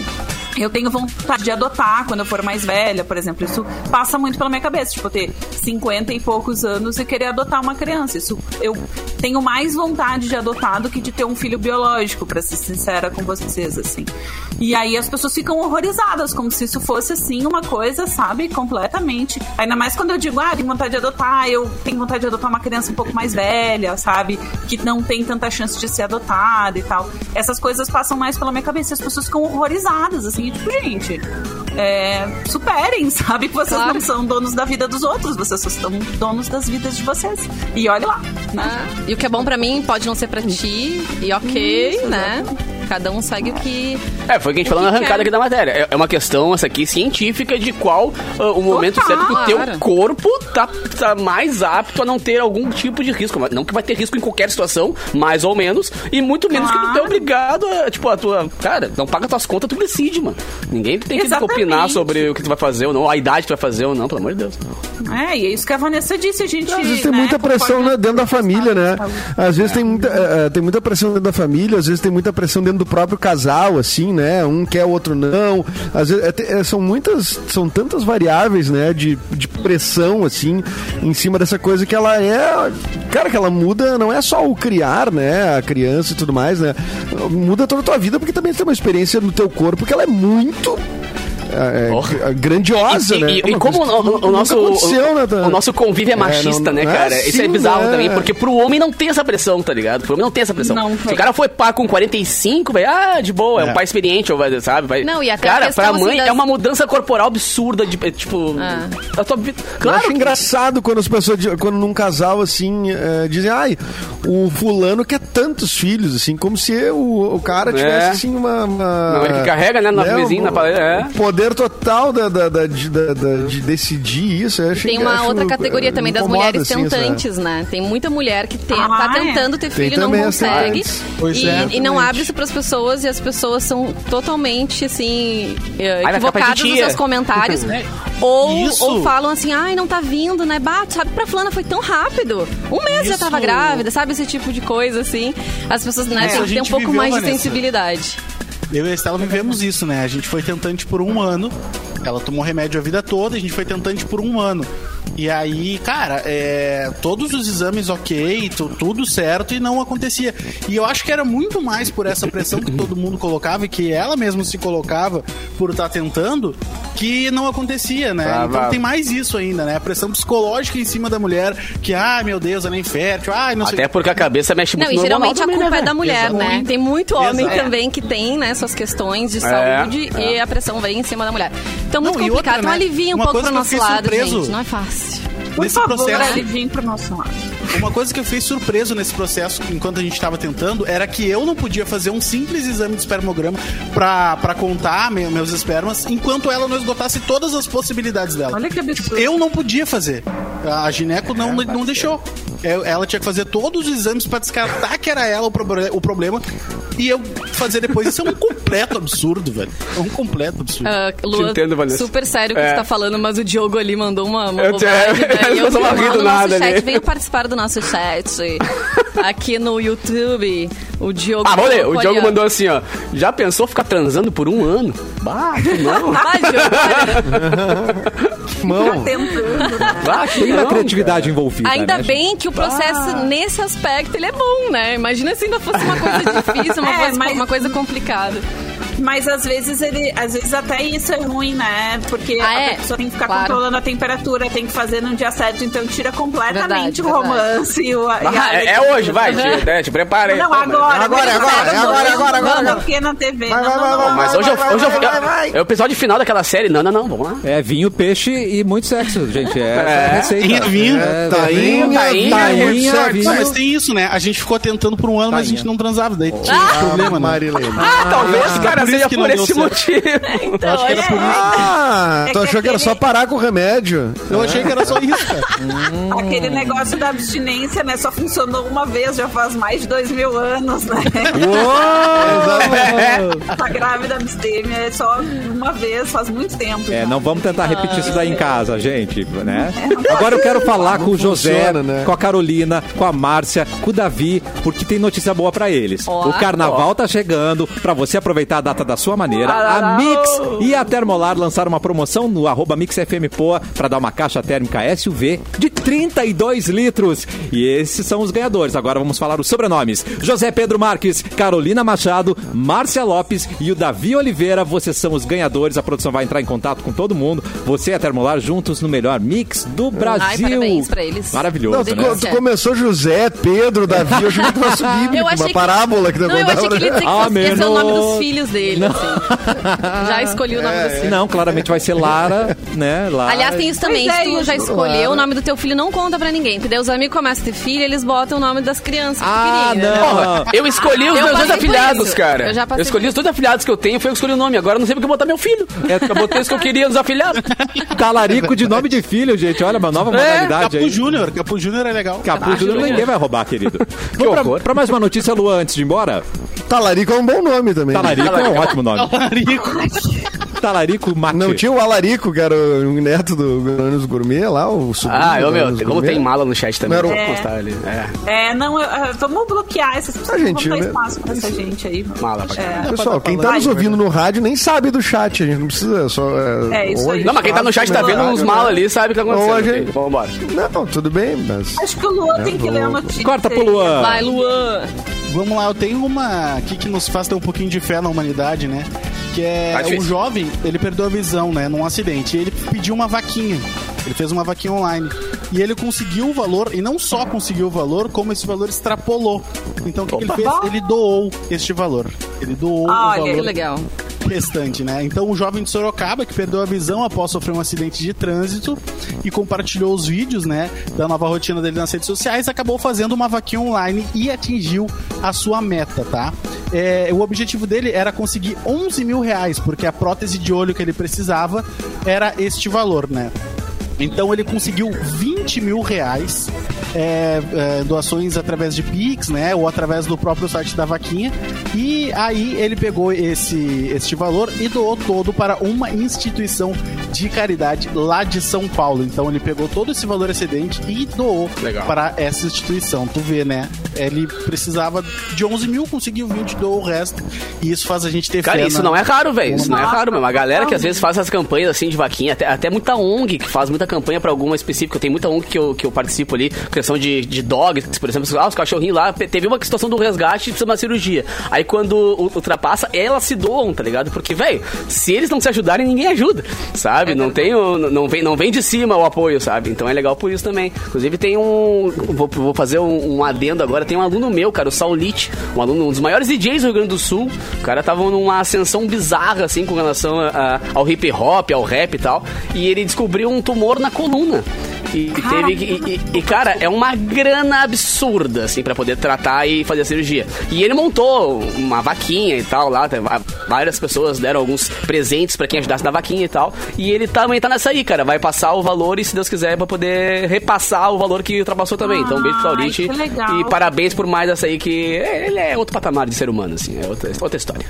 D: Eu tenho vontade de adotar quando eu for mais velha, por exemplo. Isso passa muito pela minha cabeça. Tipo, eu ter 50 e poucos anos e querer adotar uma criança. Isso eu tenho mais vontade de adotar do que de ter um filho biológico, pra ser sincera com vocês, assim. E aí as pessoas ficam horrorizadas, como se isso fosse, assim, uma coisa, sabe, completamente. Ainda mais quando eu digo, ah, tenho vontade de adotar, eu tenho vontade de adotar uma criança um pouco mais velha, sabe? Que não tem tanta chance de ser adotada e tal. Essas coisas passam mais pela minha cabeça. As pessoas ficam horrorizadas, assim, tipo, gente. é, superem, sabe? Que vocês
C: Claro.
D: não são donos da vida dos outros, vocês só são donos das vidas de vocês. E olha lá. né?
C: Ah, e o que é bom pra mim pode não ser pra ti, e ok,
D: Isso,
C: né? Cada um segue o que.
B: É, foi o que a gente falou na
C: que
B: arrancada
C: quer.
B: aqui da matéria. É- É uma questão, essa aqui, científica, de qual ah, o momento
D: Total,
B: certo que o teu
C: claro.
B: corpo tá, tá mais apto a não ter algum tipo de risco. Mas Não que vai ter risco em qualquer situação, mais ou menos, e muito menos que tu é
D: Claro.
B: obrigado a, tipo, a tua... Cara, não paga tuas contas, tu decide, mano. Ninguém tem que
D: Exatamente.
B: opinar sobre o que tu vai fazer ou não, a idade que tu vai fazer ou não, pelo amor de Deus.
D: É, e é isso que a Vanessa disse, a gente.
E: Às vezes tem
D: né,
E: muita pressão
D: conforme-
E: né, dentro da família, né? Às vezes
D: É.
E: tem muita, eh, eh, tem muita pressão dentro da família, às vezes tem muita pressão dentro do próprio casal, assim, né? Um quer, o outro não. Às vezes, eh, te- eh, são muitas, são tantas variáveis, né? De, de pressão, assim, em cima dessa coisa que ela é. Cara, que ela muda, não é só o criar, né? A criança e tudo mais, né? Muda toda a tua vida, porque também tem uma experiência no teu corpo que ela é muito. eh, eh,
B: Porra.
E: grandiosa,
B: E,
E: né?
B: e- e
E: É uma
B: como o,
E: coisa que
B: o-
E: nunca
B: o nosso,
E: aconteceu, né,
B: o,
E: Tana?
B: o nosso convívio é
E: É,
B: machista,
E: não-
B: né,
E: não é
B: cara? Isso é
E: assim,
B: bizarro
E: né?
B: também, porque pro homem não tem essa pressão, tá ligado? Pro homem não tem essa pressão.
D: Não
B: Se
D: tem.
B: o cara foi pá com 45, vai, ah, de boa, é, um pai experiente, ou vai, sabe? Vai.
C: Não, e até a
B: cara,
C: questão,
B: pra
C: assim,
B: mãe
C: das-
B: é uma mudança corporal absurda, de, é, tipo...
C: É.
B: a tua vida-
E: Eu
B: Claro
E: acho
B: que-
E: engraçado quando as pessoas, di- quando num casal assim, eh, dizem, ai, o fulano quer tantos filhos, assim, como se o, o cara
B: É.
E: tivesse, assim, uma. uma-
B: Não, ele que carrega, né, na mesinha,
E: um-
B: na parede, é.
E: um Poder total da, da- da- de, da- da- de decidir isso. eu acho-
C: Tem uma
E: acho- um,
C: outra categoria também das
E: incomoda,
C: mulheres
E: assim,
F: é.
E: essa-
C: tentantes, né? Tem muita mulher que tem,
D: Ah,
C: tá
D: é?
C: tentando ter
E: Tem
C: filho, não
E: também as
C: consegue.
E: tentantes.
F: Pois
C: e,
F: é,
C: e não
F: exatamente.
C: abre isso pras pessoas e as pessoas são totalmente, assim, eh,
B: Ai, vai ficar pra
C: equivocadas nos
B: titia.
C: seus comentários. ou,
F: É. Isso.
C: ou falam assim, ai, não tá vindo, né? Bah, sabe, pra fulana foi tão rápido. Um mês já
F: Isso.
C: tava grávida, sabe? Esse tipo de coisa, assim. As pessoas, né, têm
F: Isso a
C: que ter um
F: gente
C: pouco
F: viveu,
C: mais de
F: Vanessa.
C: sensibilidade.
F: Eu e a Estela vivemos isso, né? A gente foi tentante por um ano. Ela tomou remédio a vida toda, a gente foi tentante por um ano. E aí, cara, é, todos os exames ok, tu- tudo certo e não acontecia. E eu acho que era muito mais por essa pressão que todo mundo colocava e que ela mesma se colocava por estar tentando que não acontecia, né?
B: Ah,
F: então
B: vá.
F: tem mais isso ainda, né? A pressão psicológica em cima da mulher que, ai meu Deus, ela é infértil, ai não sei o
B: Até porque a cabeça mexe
C: Não,
B: muito
C: e
B: no
C: geralmente a
B: hormonal
C: culpa
B: também,
C: é da mulher, né?
F: Exatamente.
C: Tem muito homem
F: Exato.
C: também que tem, né, suas questões de
B: É,
C: saúde e a pressão vem em cima da mulher. Então, muito
F: Não, e
C: complicado.
F: outra,
C: então,
F: né?
C: alivia um
F: Uma
C: pouco
F: coisa
C: pro
F: que eu
C: nosso
F: fiquei
C: lado,
F: surpreso.
C: gente. Não é fácil.
E: né?
D: Por
F: Nesse
D: favor,
F: processo-
D: ele vem pro nosso lado.
F: Uma coisa que eu fiquei surpreso nesse processo, enquanto a gente estava tentando, era que eu não podia fazer um simples exame de espermograma pra, pra contar me- meus espermas, enquanto ela não esgotasse todas as possibilidades dela.
D: Olha que absurdo.
F: Eu não podia fazer. A gineco não, não deixou. Eu- Ela tinha que fazer todos os exames pra descartar que era ela o, proble- o problema. E eu fazer depois. Isso é um completo absurdo, velho. É um completo absurdo.
C: Ah, Lua,
B: entendo, Vanessa.
C: super sério o que
B: É.
C: você tá falando, mas o Diogo ali mandou uma, uma
B: Eu te-
C: bobagem, né?
B: eu
C: E eu
B: não
C: fui
B: ri
C: lá
B: do
C: no
B: nada
C: nosso chat,
B: ali.
C: venha participar do nosso chat. Aqui no YouTube, o Diogo...
B: Ah, vamos ler. O
C: colocou
B: Diogo
C: ali, ó.
B: mandou assim, ó. Já pensou ficar transando por um ano? Bah, que não.
C: Ah, Diogo, olha,
E: Mão.
D: tentando.
C: Ah.
B: Bah, Ah, que
A: Tem uma
B: não,
A: criatividade envolvida.
C: Ainda
A: né,
C: bem que o processo,
D: Ah.
C: nesse aspecto, ele é bom, né? Imagina se ainda fosse uma coisa difícil, uma,
D: É,
C: coisa,
D: mas-
C: uma coisa complicada.
D: Mas às vezes ele. Às vezes até isso é ruim, né? Porque
C: Ah,
D: a
C: é?
D: pessoa tem que ficar
C: Claro.
D: controlando a temperatura, tem que fazer no dia certo, então tira
C: Verdade,
D: completamente o romance e o. e
B: Ah,
D: a-
B: é, é hoje, vai, te, né, te prepara aí.
D: Não, agora.
E: Agora,
D: mas
E: agora,
D: sério,
E: é agora,
D: não,
E: agora,
D: não,
E: agora,
D: não,
E: agora.
D: Porque na TV.
E: Vai,
D: não,
E: vai,
D: não,
E: vai,
D: não,
E: vai,
D: não.
B: Mas hoje eu, hoje eu,
E: Vai, vai, vai.
B: é o episódio final daquela série. Não, não, não, vamos lá.
A: É vinho, peixe e muito sexo, gente. É, essa a receita.
F: Vinho, vinho,
A: é,
E: tainha,
B: tainha,
A: tainha,
E: muito sexo.
A: vinho.
F: Não, mas tem
E: Ah!
F: isso, né? A gente ficou tentando por um ano, mas a gente não transava. Daí tinha esse problema, né?
E: Marilene.
B: Ah, talvez, cara, Cara,
F: por isso
B: seria
F: que
B: por
F: não deu
B: esse
F: certo.
B: motivo.
C: Então,
F: acho que era
C: é.
F: por isso.
E: Ah,
D: É
E: tu
D: que
E: achou que era só
D: aquele-
E: parar com o remédio?
F: Eu achei que era só isso, cara.
D: Aquele negócio da abstinência, né? Só funcionou uma vez, já faz mais de dois mil anos, né?
C: Ah.
D: Tá grávida abstêmia é só uma vez, faz muito tempo.
A: É,
D: já.
A: não vamos tentar repetir isso daí em casa, gente, né? Agora eu quero falar com o José,
E: funciona, né?
A: com a Carolina, com a Márcia, com o Davi, porque tem notícia boa pra eles.
C: Ó.
A: o carnaval tá chegando, pra você aproveitar a data da sua maneira. A Mix e a Termolar lançaram uma promoção no arroba MixFMPoa pra dar uma caixa térmica SUV de 32 litros. E esses são os ganhadores. Agora vamos falar os sobrenomes. José Pedro Marques, Carolina Machado, Márcia Lopes e o Davi Oliveira. Vocês são os ganhadores. A produção vai entrar em contato com todo mundo. Você e a Termolar juntos no melhor mix do Brasil.
C: parabéns pra eles.
E: Não,
A: Maravilhoso,
E: tu,
A: né?
E: co- tu começou José, Pedro, Davi, eu achei que tu fosse bíblico, uma parábola que tu
C: Não, eu achei que ele ia dizer que
A: Ah,
C: fosse- esse é o nome
A: menor.
C: dos filhos dele. assim. Já escolhi o nome dos filhos.
A: né? Não, claramente vai ser Lara, né? Lara.
C: Aliás, tem isso também.
D: Pois
C: Se
D: é,
C: tu já
D: isso.
C: escolheu, o nome do teu filho não conta pra ninguém. Porque daí os amigos começam a ter filho, eles botam o nome das crianças que tu
A: Ah,
C: queria, né?
A: não.
B: Eu escolhi os
C: Eu
B: meus dois
C: passei por
B: afilhados,
C: isso.
B: cara.
C: Eu já passei
B: escolhi
C: por
B: os dois afilhados que eu tenho, foi eu que escolhi o nome. Agora eu não sei porque eu botar meu filho. É, eu botei os que eu queria nos afilhados.
A: Talarico de nome de filho, gente. Olha, uma nova
C: É,
B: Ah,
A: modalidade
F: Capu
A: aí.
F: Júnior, Capu Júnior é legal.
A: Capu Júnior ninguém vai roubar, querido. Vamos pra,
B: horror.
A: pra mais uma notícia, Luan, antes de ir embora.
E: Talarico é um bom nome também.
A: Talarico é um ótimo nome.
F: Tá Talarico.
A: Talarico mate.
E: Não tinha o Alarico, que era o neto do Guaranos Gourmet lá, o sobrinho
B: Ah,
E: do
B: eu, meu,
E: Guaranos
B: como
E: Gourmet.
B: tem mala no chat também.
E: Não
B: Não
E: era
B: era
D: um-
B: ali. É,
D: É, não, eu, eu- vamos bloquear essas pessoas.
E: Tá
D: vamos
E: gentil,
D: dar
E: né?
D: espaço pra essa gente aí.
B: mala pra caralho.
D: É.
E: Pessoal, quem tá
D: Vai,
E: nos ouvindo no rádio nem sabe do chat, a gente não precisa só...
D: É, isso
E: ou a
D: aí.
E: gente
B: Não, mas quem tá no chat tá
E: sabe,
B: vendo
E: né?
B: uns malas ali, sabe o que
E: Ou a
B: aconteceu.
E: gente-
B: Gente... Vambora.
E: Não, tudo bem, mas...
D: Acho que o Luan tem que ler a notícia.
A: Corta pro
D: aí.
A: Luan.
C: Vai, Luan.
F: Vamos lá, eu tenho uma aqui que nos faz ter um pouquinho de fé na humanidade, né? Que é
B: Tá difícil.
F: um jovem, ele perdeu a visão, né, num acidente. E ele pediu uma vaquinha. Ele fez uma vaquinha online. E ele conseguiu o valor, e não só conseguiu o valor, como esse valor extrapolou. Então o que, que ele fez? Ele doou este valor. Ele doou
D: Ah,
F: o
D: olha,
F: valor
C: Que legal.
F: restante, né? Então, um jovem de Sorocaba que perdeu a visão após sofrer um acidente de trânsito e compartilhou os vídeos, né, da nova rotina dele nas redes sociais, acabou fazendo uma vaquinha online e atingiu a sua meta, tá? É, o objetivo dele era conseguir 11 mil reais, porque a prótese de olho que ele precisava era este valor, né? Então ele conseguiu 20 mil reais é, é, doações através de Pix, né? Ou através do próprio site da vaquinha. E aí ele pegou esse este valor e doou todo para uma instituição de caridade lá de São Paulo. Então ele pegou todo esse valor excedente e doou
B: Legal.
F: para essa instituição. Tu vê, né? Ele precisava de 11 mil, conseguiu 20, doou o resto. E isso faz a gente ter
B: Cara,
F: fé
B: isso
F: na-
B: não é raro, velho. Isso não é
D: Nossa,
B: raro mesmo. A galera que às
D: não.
B: vezes faz essas campanhas assim de vaquinha, até, até muita ONG que faz muita campanha pra alguma específica. Tem muita ONG que eu, que eu participo ali, questão de, de dogs, por exemplo. Ah, os cachorrinhos lá. pe- Teve uma situação do resgate e precisa de uma cirurgia. Aí quando u- ultrapassa, elas se doam, tá ligado? Porque, velho, se eles não se ajudarem, ninguém ajuda, sabe? não tem o- não vem Não vem de cima o apoio, sabe? Então é legal por isso também. Inclusive tem um. Vou, vou fazer um, um adendo agora. Tem um aluno meu, cara, o Saulite, um aluno, um dos maiores DJs do Rio Grande do Sul. O cara tava numa ascensão bizarra, assim, com relação a- a- ao hip hop, ao rap e tal. E ele descobriu um tumor na coluna. E, e teve que- e- e- e, cara, é uma grana absurda, assim, pra poder tratar e fazer a cirurgia. E ele montou uma vaquinha e tal lá. tá- va- Várias pessoas deram alguns presentes pra quem ajudasse na vaquinha e tal. E ele também tá nessa aí, cara. Vai passar o valor e, se Deus quiser, vai poder repassar o valor que ultrapassou também. então, beijo pro
D: Ai,
B: Saurite.
D: que legal.
B: E parabéns por mais essa aí, que é- ele é outro patamar de ser humano, assim. É outra, outra história.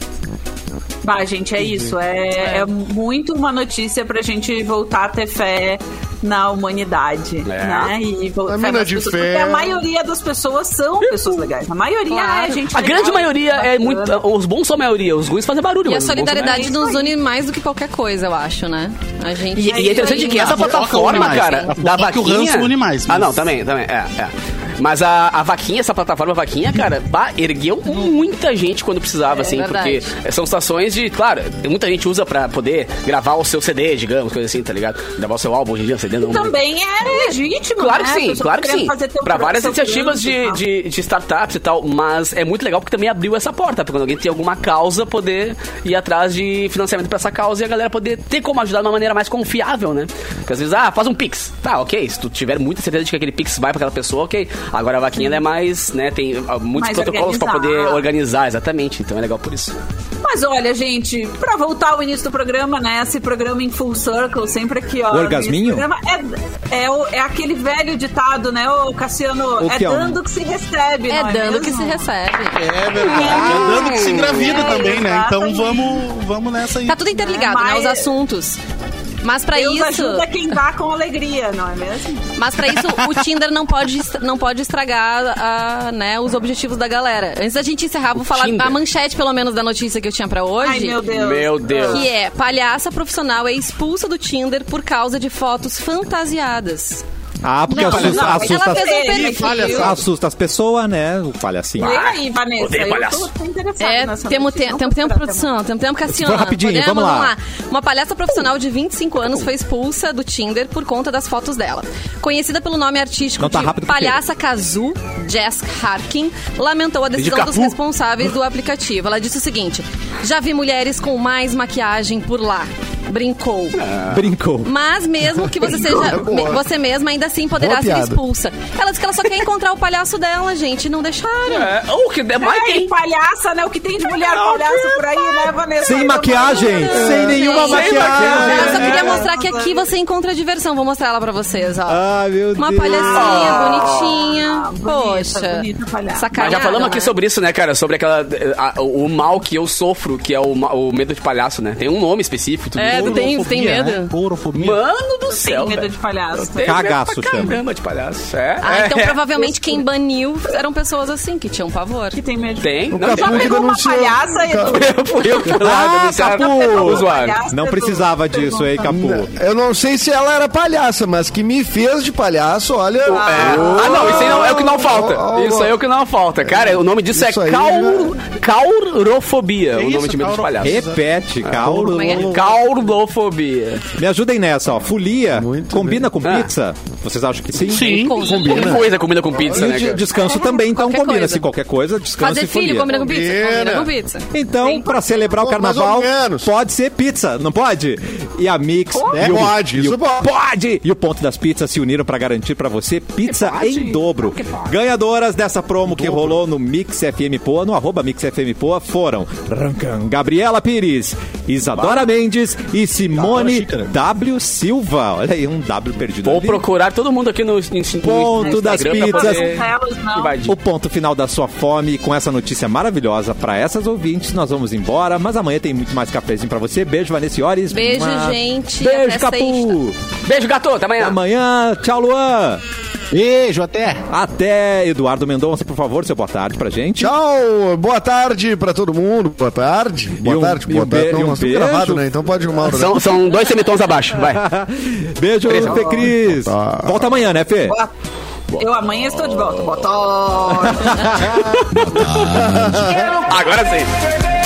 D: Vai, gente, é isso. É, é muito uma notícia pra gente voltar a ter fé na
B: É.
D: humanidade, né? E vo-
E: A
D: fé
E: mina
D: nas
E: de
D: pessoas,
E: fé.
D: Porque a maioria das pessoas são pessoas legais. A maioria
C: Claro.
D: é gente
B: A grande
D: legal,
B: maioria é
D: bacana.
B: muito. Os bons são a maioria, os ruins fazem barulho.
C: E a
B: mas os bons são a maioria.
D: É
C: solidariedade nos une mais do que qualquer coisa, eu acho, né? A gente.
B: E, e é interessante
C: Aí,
B: que
C: né?
B: essa
F: Fofoca une
B: plataforma,
F: mais.
B: cara,
F: A
B: da
F: fofoca que o
B: vaquinha...
F: ranço une mais,
B: Ah,
F: mas-
B: não, também, também, é, é. Mas a, a vaquinha, essa plataforma vaquinha, cara, bah, ergueu muita gente quando precisava,
C: É,
B: assim,
C: verdade.
B: porque são estações de, claro, muita gente usa pra poder gravar o seu CD, digamos, coisa assim, tá ligado? Gravar o seu álbum hoje em dia, CD não.
D: Também é legítimo.
B: Claro
D: né?
B: que
D: A
B: sim,
D: pessoa
B: claro que
D: querendo
B: sim.
D: fazer teu
B: Pra várias
D: próprio
B: iniciativas de,
D: alcance e
B: de, de startups e tal, mas é muito legal porque também abriu essa porta, pra quando alguém tem alguma causa, poder ir atrás de financiamento pra essa causa e a galera poder ter como ajudar de uma maneira mais confiável, né? Porque às vezes, ah, faz um Pix. Tá, ok. Se tu tiver muita certeza de que aquele Pix vai pra aquela pessoa, ok. Agora a vaquinha ela é mais, né? Tem ah, muitos
D: Mais
B: protocolos pra poder
D: organizada.
B: organizar, exatamente. Então é legal por isso.
D: Mas olha, gente, pra voltar ao início do programa, né? Esse programa em full circle, sempre aqui, ó.
A: O orgasminho?
D: esse programa É, é, o- é aquele velho ditado, né, ô Cassiano?
A: O
D: é
A: que é um-
D: dando que se recebe,
C: É
D: não é
C: dando que
D: mesmo?
C: se recebe.
F: É verdade. Andando que se engravida
D: É,
F: também, né? Então
D: exatamente.
F: vamos, vamos nessa aí.
C: Tá tudo interligado,
D: É, Mas-
C: né? Os assuntos. Mas pra
D: Deus
C: isso.
D: ajuda quem dá com alegria, não é mesmo?
C: Mas pra isso, o Tinder não pode, est- não pode estragar ah, né, os objetivos da galera. Antes da gente encerrar, vou falar
B: Tinder.
C: a manchete, pelo menos, da notícia que eu tinha pra hoje.
D: Ai, meu Deus. Ah,
B: Meu Deus.
C: Que é, palhaça profissional é expulsa do Tinder por causa de fotos fantasiadas.
A: Ah, porque assusta,
D: não,
A: assusta,
C: ela
A: as-
C: fez um
D: Ele
C: perfil.
D: falha
A: assusta, as pessoas, né? O palhacinho.
D: Vem aí, Vanessa.
B: odeio
D: eu
B: palhaço.
D: tô- tô interessada
C: É,
D: nessa
C: temos
D: notícia,
C: te,
D: não
C: temos tempo,
D: vou esperar até
C: produção, temos tempo, Cassiano.
A: Foi rapidinho, vamos lá.
C: Uma palhaça profissional de 25 anos foi expulsa do Tinder por conta das fotos dela. Conhecida pelo nome artístico
A: Não tá
C: de
A: rápido, por quê?
C: palhaça Kazu, Jess Harkin, lamentou a decisão dos
A: Capu.
C: responsáveis do aplicativo. Ela disse o seguinte: já vi mulheres com mais maquiagem por lá. Brincou.
A: É. Brincou.
C: Mas mesmo que você seja me- você mesma, ainda assim poderá
E: Boa
C: ser
E: piada.
C: expulsa. Ela disse que ela só quer encontrar o palhaço dela, gente. Não deixaram.
B: É, oh, que demais,
D: amanhã. Ai,
B: hein?
D: palhaça, né? O que tem de mulher palhaça por aí, né, Vanessa?
A: Sem
D: Todo
A: maquiagem.
D: mundo-
A: Sem nenhuma
C: Sem
A: maquiagem.
C: É.
A: né?
C: Eu só queria
D: É.
C: mostrar que aqui você encontra diversão. Vou mostrar ela pra vocês, ó.
A: Ah, meu
C: Uma
A: Deus.
C: palhacinha bonitinha.
D: Ah, bonita,
C: Poxa.
D: bonita palhaça.
B: Mas
C: Sacanagem.
B: já falamos aqui sobre isso, né, cara? Sobre aquela. eh, a- o mal que eu sofro, que é o, ma- o medo de palhaço, né? Tem um nome específico. tudo
C: É,
B: isso.
C: tu tem, tu tem
F: Porofobia,
C: medo?
F: Né? Porofobia.
B: Mano do céu.
D: Tem medo
B: velho.
D: de palhaço.
B: Tem medo
A: Cagaço
B: pra
A: chama.
B: Caramba, de palhaço. É.
C: Ah,
B: é.
C: então provavelmente quem baniu eram pessoas assim, que tinham pavor.
A: Então,
D: Que tem medo de
B: Tem.
E: O
B: Não,
E: Capu
B: tem-
E: que
D: pegou uma
E: denunciou.
D: palhaça, Edu?
E: Ca-
B: eu fui eu fui lá,
A: Ah,
B: denunciar
A: Capu.
B: o É. usuário.
A: Não precisava disso, hein, Capu?
E: Eu não sei se ela era palhaça, mas que me fez de palhaço, olha.
B: É. Ah, não, isso aí não, é o que não falta.
E: Oh, oh,
B: Isso aí é o que não falta. Cara, o nome disso
E: Isso
B: é
E: aí
B: caur... caurofobia. o
F: isso,
B: nome de medo de
F: cauro-
B: palhaço.
A: Repete, Cauro.
C: Como é que é?
B: Caurofobia.
A: Me ajudem nessa, ó. Folia
E: Muito
A: combina com
B: Ah.
A: pizza? Vocês acham que sim?
F: Sim,
C: Com-
B: Qualquer coisa combina com pizza, né,
A: E de-
B: cara?
A: descanso também, então
C: Qualquer
A: combina.
C: coisa.
A: Se qualquer coisa, descanso
C: Fazer
A: e folia.
C: filho combina com pizza? Combina com pizza.
A: Então, pra celebrar o
E: Bom,
A: carnaval,
E: mais ou menos.
A: pode ser pizza, não pode? E a Mix, né?
E: É, pode,
A: e o,
E: isso pode.
A: pode. E o Ponto das Pizzas se uniram pra garantir pra você pizza em dobro. Ganhadoras dessa promo que rolou no Mix FM Poa, no arroba Mix FM Poa, foram Rancan, Gabriela Pires, Isadora Mendes
E: Tá
A: e Simone
F: Isadora
A: W. Silva. Olha aí, um W perdido
B: Vou
A: ali.
B: procurar todo mundo aqui no, no, no
A: Ponto das
B: Instagram pra
A: pizzas.
B: poder
A: assim.
D: Elas não.
B: invadir.
A: O ponto final da sua fome. E com essa notícia maravilhosa pra essas ouvintes, nós vamos embora. Mas amanhã tem muito mais cafezinho pra você. Beijo, Vanessa Iores.
C: Beijo,
A: Mua.
C: gente.
A: Beijo,
C: Até
A: Capu.
B: Beijo, gato. Até
A: Até
B: amanhã.
A: amanhã. Tchau, Luan.
F: Beijo, até.
A: Até Eduardo Mendonça, por favor, seu boa tarde pra gente.
E: Tchau, boa tarde pra todo mundo. Boa tarde. Boa
A: um-
E: tarde,
A: e
E: boa
A: um
E: tarde.
A: be-
E: não,
A: e um
E: nós estamos
A: beijo.
E: gravado, né? Então pode ir mal. né?
B: São, são dois semitons abaixo. Vai.
A: Beijo, Fê Cris.
E: Tá.
A: Volta amanhã, né, Fê?
D: Eu amanhã estou de volta. Boa tarde.
B: Agora sim.